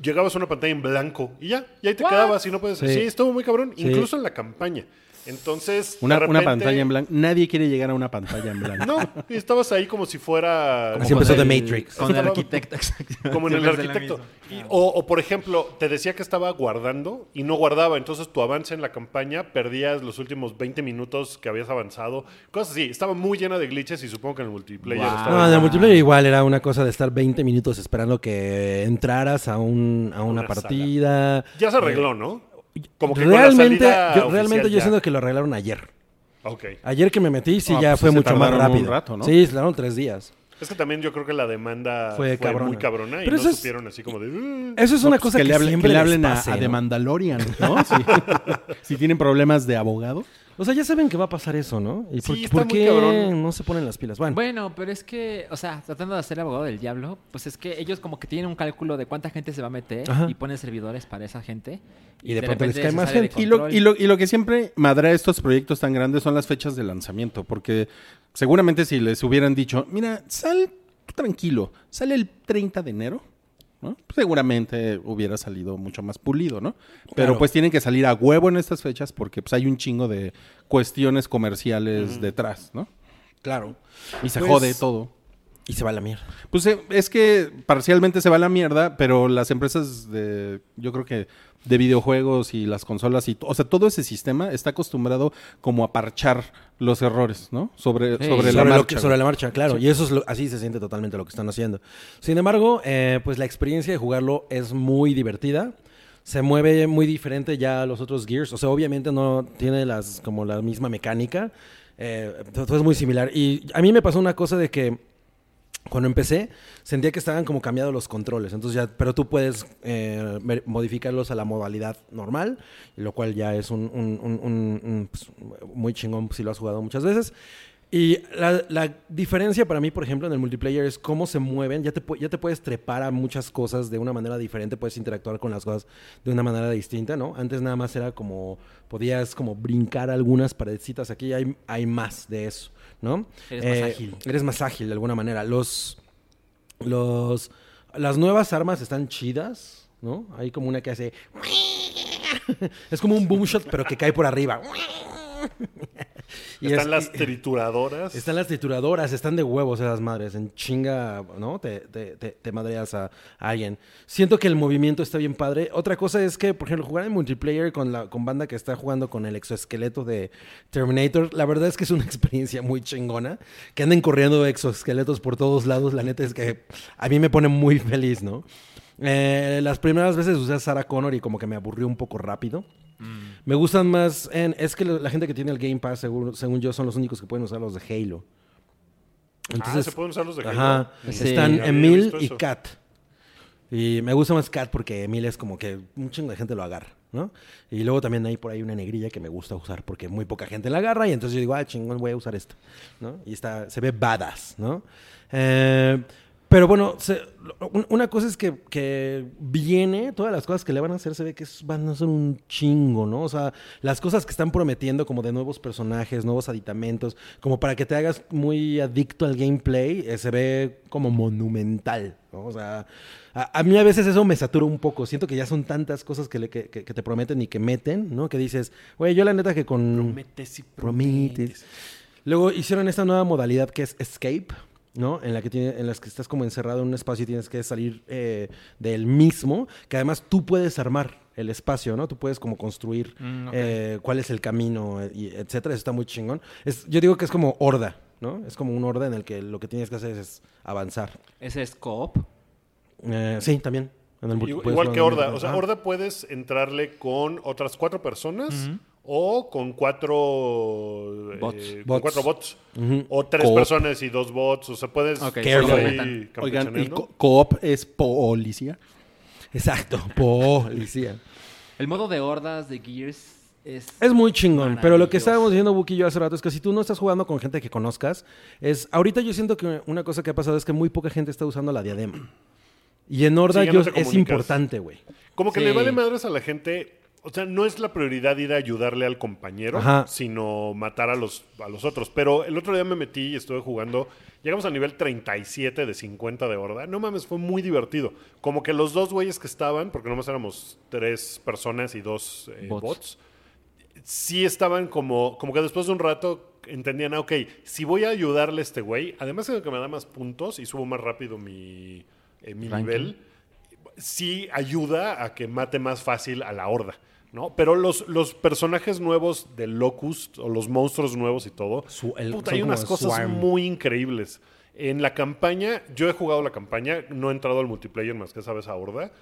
llegabas a una pantalla en blanco y ya, y ahí te What? quedabas y no puedes. Sí. Sí, estuvo muy cabrón, Sí. incluso en la campaña. Entonces. de Una, una repente- pantalla en blanco. Nadie quiere llegar a una pantalla en blanco. No, y estabas ahí como si fuera. Así empezó The Matrix. Con el arquitecto, exacto. Como en el Siempre es la arquitecto. misma. Y- o, o, por ejemplo, te decía que estaba guardando y no guardaba. Entonces tu avance en la campaña perdías los últimos 20 minutos que habías avanzado. Cosas así. Estaba muy llena de glitches y supongo que en el multiplayer Wow. estaba. No, en el multiplayer igual era una cosa de estar 20 minutos esperando que entraras a, un, a una, Una partida. Ya se arregló, ¿no? Como que Eh, realmente, con la salida yo, realmente oficial yo ya. siento que lo arreglaron ayer. Ok. Ayer que me metí, sí, Ah, ya pues fue sí se mucho más tardaron un rápido. rato, ¿no? Sí, se tardaron tres días. Es que también yo creo que la demanda fue, Fue cabrona. muy cabrona y Pero no eso es- supieron así como de... "Uh". Eso es No, una pues cosa que, le hablen, siempre que le les hablen a- pase, a, The ¿no? Mandalorian, ¿no? Si, si tienen problemas de abogado. O sea, ya saben que va a pasar eso, ¿no? ¿Y por, Sí, está por muy qué cabrón. no se ponen las pilas? Bueno, Bueno, pero es que, o sea, tratando de ser abogado del diablo, pues es que ellos como que tienen un cálculo de cuánta gente se va a meter Ajá. y ponen servidores para esa gente. Y de pronto les repente cae se más sale de gente. Y lo, control. y, lo, y lo que siempre madrea estos proyectos tan grandes son las fechas de lanzamiento, porque seguramente si les hubieran dicho, mira, sal tú tranquilo, sale el 30 de enero, ¿no? seguramente hubiera salido mucho más pulido, ¿no? Pero Claro. pues tienen que salir a huevo en estas fechas porque pues hay un chingo de cuestiones comerciales detrás, ¿no? claro. Y se Pues, jode todo. Y se va a la mierda. Pues eh, es que parcialmente se va a la mierda, pero las empresas de, yo creo que de videojuegos y las consolas y, to- o sea, todo ese sistema está acostumbrado como a parchar los errores, ¿no? Sobre, Sí. sobre, la sobre, lo marcha. que- güey. sobre la marcha, claro. Y eso es lo- así se siente totalmente lo que están haciendo. Sin embargo, eh, pues la experiencia de jugarlo es muy divertida. Se mueve muy diferente ya a los otros Gears. O sea, obviamente no tiene las como la misma mecánica. Eh, todo es muy similar. Y a mí me pasó una cosa de que cuando empecé sentía que estaban como cambiados los controles. Entonces ya, pero tú puedes eh, mer- modificarlos a la modalidad normal, lo cual ya es un, un- un- un- un, pues, muy chingón si lo has jugado muchas veces. Y la, la diferencia para mí, por ejemplo, en el multiplayer es cómo se mueven. Ya te, pu- ya te puedes trepar a muchas cosas de una manera diferente, puedes interactuar con las cosas de una manera distinta, ¿no? Antes nada más era como, podías como brincar algunas paredcitas aquí, hay, hay más de eso, ¿no? Eh, Eres más ágil. Eres más ágil de alguna manera. Los, los, las nuevas armas están chidas, ¿no? Hay como una que hace... es como un boom shot, pero que cae por arriba. Y Están es- las y- trituradoras. están las trituradoras, están de huevos esas madres. En chinga, ¿no? Te, te, te, te madreas a, a alguien. Siento que el movimiento está bien padre. Otra cosa es que, por ejemplo, jugar en multiplayer con, la, con banda que está jugando con el exoesqueleto de Terminator, la verdad es que es una experiencia muy chingona. Que anden corriendo exoesqueletos por todos lados, la neta es que a mí me pone muy feliz, ¿no? Eh, las primeras veces usé a Sarah Connor y como que me aburrió un poco rápido. Mm. Me gustan más. en- es que lo- la gente que tiene el Game Pass, seguro- según yo, son los únicos que pueden usar los de Halo. ah, se pueden usar los de Ajá. Halo? Sí. Están Había Emil visto y eso. Kat. Y me gusta más Kat porque Emil es como que un chingo de gente lo agarra, ¿no? Y luego también hay por ahí una negrilla que me gusta usar porque muy poca gente la agarra y entonces yo digo, ah, chingón, voy a usar esta, ¿no? Y está, se ve badass, ¿no? Eh, pero bueno, se- lo- un- una cosa es que, que viene, todas las cosas que le van a hacer se ve que es- van a ser un chingo, ¿no? O sea, las cosas que están prometiendo como de nuevos personajes, nuevos aditamentos, como para que te hagas muy adicto al gameplay, eh, se ve como monumental, ¿no? O sea, a, a mí a veces eso me satura un poco. Siento que ya son tantas cosas que, le- que, que- que te prometen y que meten, ¿no? Que dices, güey, yo la neta que con... Prometes y prometes. Luego hicieron esta nueva modalidad que es escape, ¿no? En la que tiene, en las que estás como encerrado en un espacio y tienes que salir eh, del mismo, que además tú puedes armar el espacio, ¿no? Tú puedes como construir Mm, ok. eh, cuál es el camino, eh, y etcétera. Eso está muy chingón. Es, yo digo que es como horda, ¿no? Es como un horda en el que lo que tienes que hacer es, es avanzar. Ese es co-op. Eh, sí, también. En pues el multi- Igual, puedes igual jugar que en Horda. multi- O sea, Ah. Horda puedes entrarle con otras cuatro personas o con cuatro eh, Bots. con Bots. cuatro bots. O tres Co-op. personas y dos bots. O sea, puedes Ok, puedes Careful. ahí Oigan, Oigan, ¿y campechanear, ¿no? co- coop es policía? Exacto, policía. El modo de hordas de Gears es... Es muy chingón, pero lo que Maravilloso. estábamos diciendo Buki y yo hace rato es que si tú no estás jugando con gente que conozcas, es ahorita yo siento que una cosa que ha pasado es que muy poca gente está usando la diadema. Y en Horda Sí, ya no yo- te es comunicas. importante, güey. Como que Sí. le vale madres a la gente. O sea, no es la prioridad ir a ayudarle al compañero, Ajá. sino matar a los, a los otros. Pero el otro día me metí y estuve jugando. Llegamos a nivel 37 de 50 de horda. No mames, fue muy divertido. Como que los dos güeyes que estaban, porque nomás éramos tres personas y dos eh, Bots. bots sí estaban como, como que después de un rato entendían, ah, ok, si voy a ayudarle a este güey, además de que me da más puntos y subo más rápido mi, eh, mi Ranking. nivel, sí ayuda a que mate más fácil a la horda. ¿No? Pero los, los personajes nuevos de Locust, o los monstruos nuevos y todo, Su- el- puta, son hay como unas cosas swarm. muy increíbles. En la campaña, yo he jugado la campaña, no he entrado al multiplayer más que esa vez a Horda.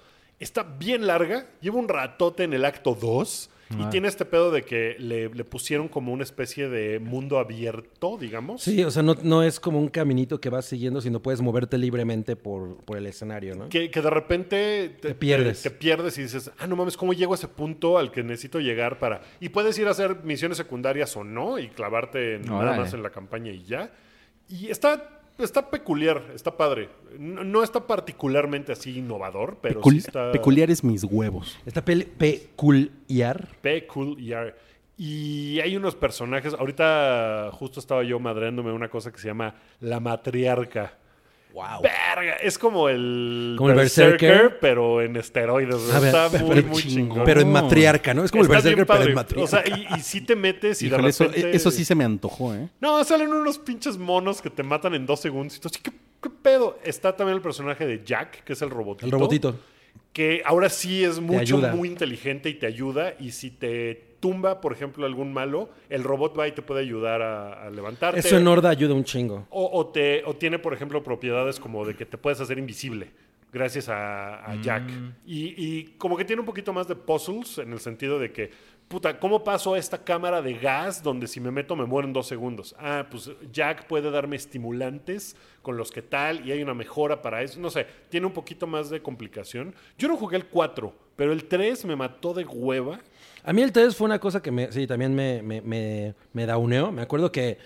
Está bien larga, lleva un ratote en el acto 2 Ah. y tiene este pedo de que le, le pusieron como una especie de mundo abierto, digamos. Sí, o sea, no, no es como un caminito que vas siguiendo, sino puedes moverte libremente por, por el escenario, ¿no? Que, que de repente Te pierdes. Te, pierdes y dices, ah, no mames, ¿cómo llego a ese punto al que necesito llegar para...? Y puedes ir a hacer misiones secundarias o no y clavarte en- nada Órale. más en la campaña y ya. Y está, está peculiar, está padre. No, no está particularmente así innovador, pero Pecul- sí está... Peculiares mis huevos. Está pel- peculiar. Peculiar. Y hay unos personajes. Ahorita justo estaba yo madreándome una cosa que se llama la matriarca. Wow. Verga, es como el, Como el Berserker. pero en esteroides. A ver, está pero- muy, pero muy chingón. chingón. Pero en matriarca, ¿no? Es como el Está bien berserker, pero en padre. O matriarca. sea, y, y sí te metes y de Híjole, eso, repente- eso sí se me antojó, ¿eh? No, salen unos pinches monos que te matan en dos segundos. Y tú así, ¿qué, qué pedo. Está también el personaje de Jack, que es el robotito. El robotito. Que ahora sí es mucho, ayuda. muy inteligente y te ayuda. Y si te tumba, por ejemplo, algún malo, el robot va y te puede ayudar a, a levantarte. Eso en Horda ayuda un chingo. O, o te, o tiene, por ejemplo, propiedades como de que te puedes hacer invisible gracias a, a Jack. Y, y como que tiene un poquito más de puzzles en el sentido de que, puta, ¿cómo paso a esta cámara de gas donde si me meto me muero en dos segundos? Ah, pues Jack puede darme estimulantes con los que tal y hay una mejora para eso. No sé, tiene un poquito más de complicación. Yo no jugué el 4, pero el 3 me mató de hueva. A mí el 3 fue una cosa que me, sí, también me, me, me, me dauneó. Me acuerdo que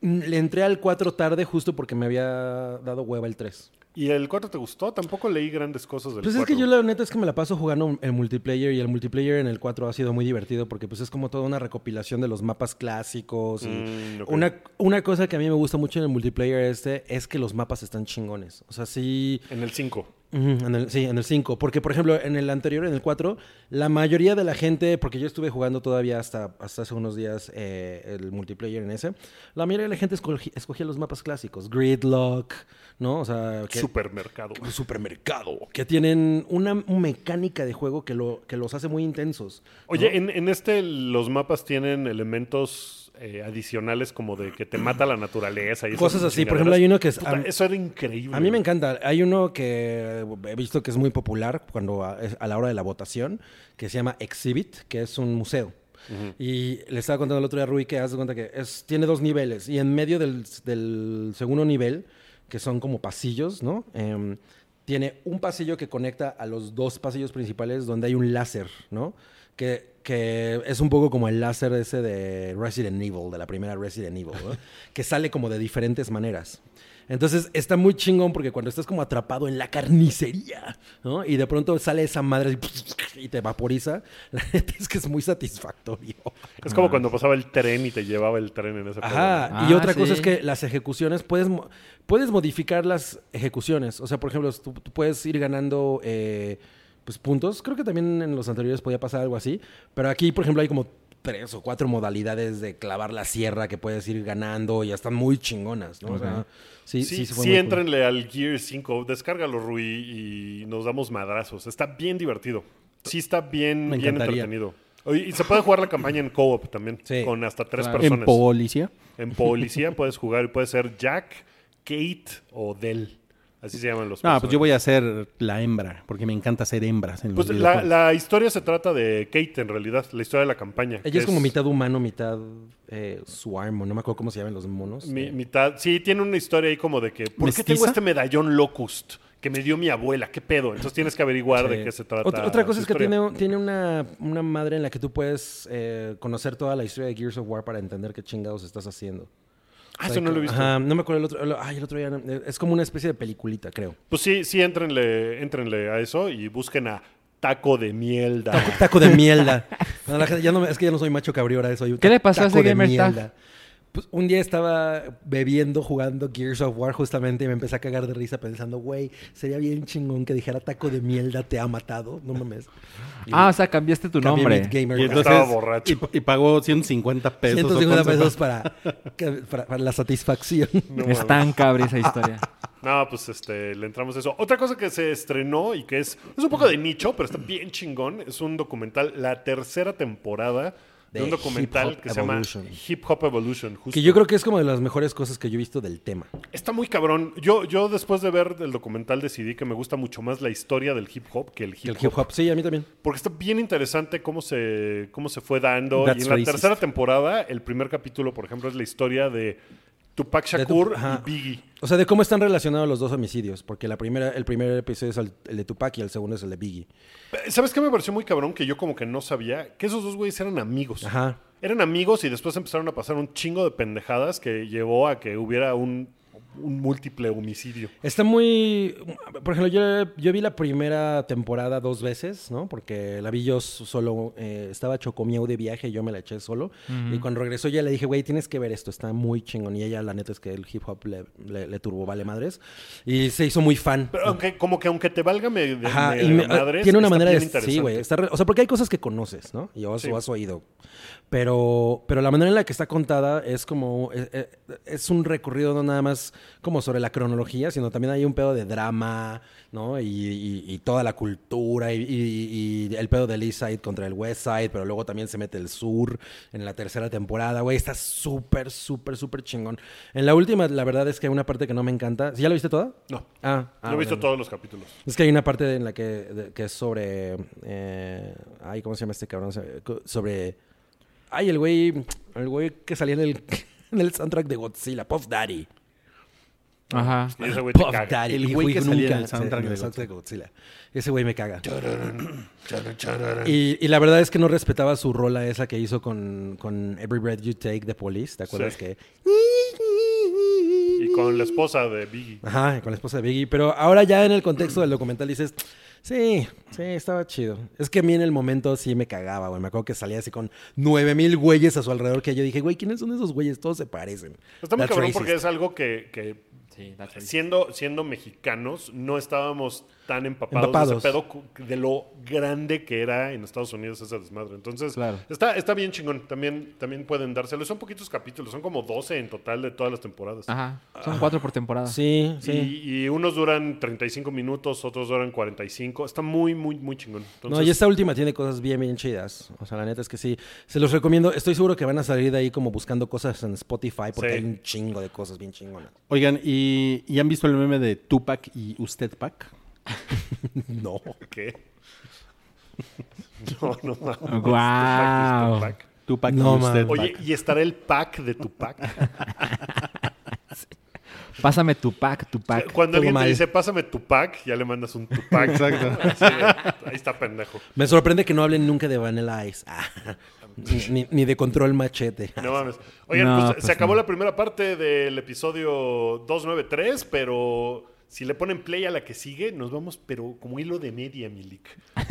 mm, le entré al 4 tarde justo porque me había dado hueva el 3. ¿Y el 4 te gustó? Tampoco leí grandes cosas del Pues es 4. que yo la neta es que me la paso jugando el multiplayer y el multiplayer en el 4 ha sido muy divertido porque pues es como toda una recopilación de los mapas clásicos. y Mm, ok. una, una cosa que a mí me gusta mucho en el multiplayer este es que los mapas están chingones. O sea, sí... En el 5. Ujú, en el- sí, en el 5. Porque, por ejemplo, en el anterior, en el 4, la mayoría de la gente, porque yo estuve jugando todavía hasta, hasta hace unos días eh, el multiplayer en ese, la mayoría de la gente escogi- escogía los mapas clásicos. Gridlock, ¿no? O sea, que- Supermercado. un supermercado. Que tienen una mecánica de juego que, lo, que los hace muy intensos. Oye, en, en este los mapas tienen elementos eh, adicionales como de que te mata la naturaleza y esas Cosas así. chingaderas. Por ejemplo, hay uno que es- Puta, am- eso era increíble. A mí me encanta. Hay uno que he visto que es muy popular cuando a, es a la hora de la votación, que se llama Exhibit, que es un museo. Y le estaba contando el otro día a Rui que hace cuenta que es, tiene dos niveles. Y en medio del, del segundo nivel, que son como pasillos, ¿no? Em, tiene un pasillo que conecta a los dos pasillos principales donde hay un láser, ¿no? Que, que es un poco como el láser ese de Resident Evil, de la primera Resident Evil, ¿no? que sale como de diferentes maneras. Entonces está muy chingón porque cuando estás como atrapado en la carnicería, ¿no? Y de pronto sale esa madre y te vaporiza, la neta es que es muy satisfactorio. Es como cuando pasaba el tren y te llevaba el tren en ese Ah. Ajá, juego, ¿no? y Ah, otra cosa sí. es que las ejecuciones, puedes, mo- puedes modificar las ejecuciones. O sea, por ejemplo, tú, tú puedes ir ganando eh, pues, puntos. Creo que también en los anteriores podía pasar algo así. Pero aquí, por ejemplo, hay como tres o cuatro modalidades de clavar la sierra que puedes ir ganando. Ya están muy chingonas, ¿no? O sea, sí, Sí, sí, sí, se fue muy cool. entrenle al Gear 5, descárgalo, Rui, y nos damos madrazos. Está bien divertido. Sí está bien, Me bien encantaría. entretenido. Oye, Y se puede jugar la campaña en co-op también, Sí. con hasta tres Claro. personas. En policía. En policía puedes jugar y puede ser Jack, Kate o Dell. Así se llaman los No, pues personajes. yo voy a ser la hembra, porque me encanta ser hembras en los Pues la, videojuegos. la historia se trata de Kate, en realidad, la historia de la campaña. que Ella es, como mitad humano, mitad eh, swarm, o no me acuerdo cómo se llaman los monos. mi- Eh, mitad. Sí, tiene una historia ahí como de que. ¿Por qué tengo ¿Mestiza? este medallón Locust que me dio mi abuela? ¿Qué pedo? Entonces tienes que averiguar de Sí. qué se trata. Otra, otra cosa su es que historia. tiene, tiene una, una madre en la que tú puedes eh, conocer toda la historia de Gears of War para entender qué chingados estás haciendo. Ah, O sea, eso no lo he que- visto. ajá, no me acuerdo el otro. el- ay, el otro día. no- eh, Es como una especie de peliculita, creo. Pues sí, sí, entrenle, entrenle a eso y busquen a Taco de Mielda. Taco de mierda. No, la gente- ya no me- es que ya no soy macho cabrío ahora soy un ¿Qué le ta- pasó a taco ese de gamer tag? mierda. Pues, un día estaba bebiendo, jugando Gears of War justamente y me empecé a cagar de risa pensando, güey, sería bien chingón que dijera taco de mierda te ha matado. No mames. Y Ah, o sea, cambiaste tu cambié mi nombre. gamer Y tag. entonces, Estaba borracho. Y, y pagó 150 pesos. 150 o cuánto- pesos para, que- para- para la satisfacción. es tan cabre esa historia. No, pues este, le entramos a eso. Otra cosa que se estrenó y que es, es un poco de nicho, pero está bien chingón, es un documental, la tercera temporada de, De un Hip documental Hop que se Evolution. llama Hip Hop Evolution. Justo. Que yo creo que es como de las mejores cosas que yo he visto del tema. Está muy cabrón. Yo, yo después de ver el documental decidí que me gusta mucho más la historia del hip hop que el Que hip el hop. hip hop. Sí, a mí también. Porque está bien interesante cómo se, cómo se fue dando. That's y en la racist. tercera temporada, el primer capítulo, por ejemplo, es la historia de Tupac De tu- Shakur ajá. y Biggie. O sea, de cómo están relacionados los dos homicidios. Porque la primera, el primer episodio es el, el de Tupac y el segundo es el de Biggie. Eh, ¿Sabes qué me pareció muy cabrón? Que yo como que no sabía que esos dos güeyes eran amigos. Ajá. Eran amigos y después empezaron a pasar un chingo de pendejadas que llevó a que hubiera un, un múltiple homicidio. Está muy... Por ejemplo, yo, yo vi la primera temporada dos veces, ¿no? Porque la vi yo s- solo. eh, estaba Chocomiau de viaje y yo me la eché solo. Y cuando regresó ya le dije, güey, tienes que ver esto. Está muy chingón. Y ella, la neta, es que el hip hop le, le, le turbo vale madres. Y se hizo muy fan. Pero aunque, como que aunque te valga me, de, Ajá, me- y me- ah, eh, de madres, tiene una está manera de... bien Sí, interesante. güey. está re- O sea, porque hay cosas que conoces, ¿no? Y o has, Sí. o has oído. Pero, pero la manera en la que está contada es como... eh, eh, Es, un recorrido no nada más como sobre la cronología, sino también hay un pedo de drama, ¿no? Y, y- y toda la cultura, y, y- y el pedo del East Side contra el West Side, pero luego también se mete el sur en la tercera temporada, güey. Está súper, súper, súper chingón. En la última, la verdad es que hay una parte que no me encanta. ¿Sí ya la viste toda? No. Ah, ah, no he visto bueno. todos los capítulos. Es que hay una parte en la que, de- que es sobre. eh, ay, ¿cómo se llama este cabrón? Se- co- Sobre. Ay, el güey. El güey que salía en el, en el soundtrack de Godzilla, Puff Daddy. Ajá. Y ese güey te Puff caga. Daddy. El hijo, güey y que salía en el nunca- soundtrack en el de soundtrack de Godzilla. Ese güey me caga. Y, y la verdad es que no respetaba su rola esa que hizo con, con Every Breath You Take de Police. ¿Te acuerdas Sí. que.? Y con la esposa de Biggie. Ajá, con la esposa de Biggie. Pero ahora ya en el contexto del documental dices, sí, sí, estaba chido. Es que a mí en el momento sí me cagaba, güey. Me acuerdo que salía así con nueve mil güeyes a su alrededor que yo dije, güey, ¿quiénes son esos güeyes? Todos se parecen. Está muy That's cabrón racist. porque es algo que, que Sí, that's right. siendo, siendo mexicanos no estábamos tan empapados, Empapados. de ese pedo cu- de lo grande que era en Estados Unidos ese desmadre. Entonces, Claro. está, está bien chingón. También, también pueden dárselo. Son poquitos capítulos, son como 12 en total de todas las temporadas. Ajá. Son cuatro por temporada. Ah. Sí, Y- sí. Y, unos duran 35 minutos, otros duran 45. Está muy, muy, muy chingón. Entonces, no, y esta última tiene cosas bien, bien chidas. O sea, la neta es que sí. Se los recomiendo. Estoy seguro que van a salir de ahí como buscando cosas en Spotify porque Sí. hay un chingo de cosas bien chingonas. Oigan, ¿y, y han visto el meme de Tupac y Usted Pac? No. ¿Qué? No, no mames. Guau. Tupac, Tupac. Tupac No, y Usted man. Oye, Pac. ¿y estará el pack de tu pack? Pásame tu pack, tu pack. Cuando todo alguien mal. te dice, pásame tu pack, ya le mandas un tu pack. Exacto. Así de, ahí está pendejo. Me sorprende que no hablen nunca de Vanilla Ice. Ah, ni, ni de Control Machete. No mames. Oigan, No, pues, pues se acabó no. la primera parte del episodio 293, pero si le ponen play a la que sigue, nos vamos, pero como hilo de media, Milik.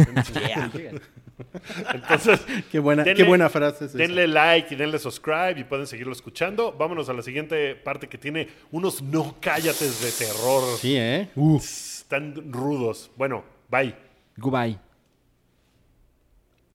Entonces, Qué buena- qué buena frase es esa. denle like y denle subscribe y pueden seguirlo escuchando. Vámonos a la siguiente parte que tiene unos no cállates de terror. Sí, ¿eh? Están rudos. Bueno, bye. Goodbye.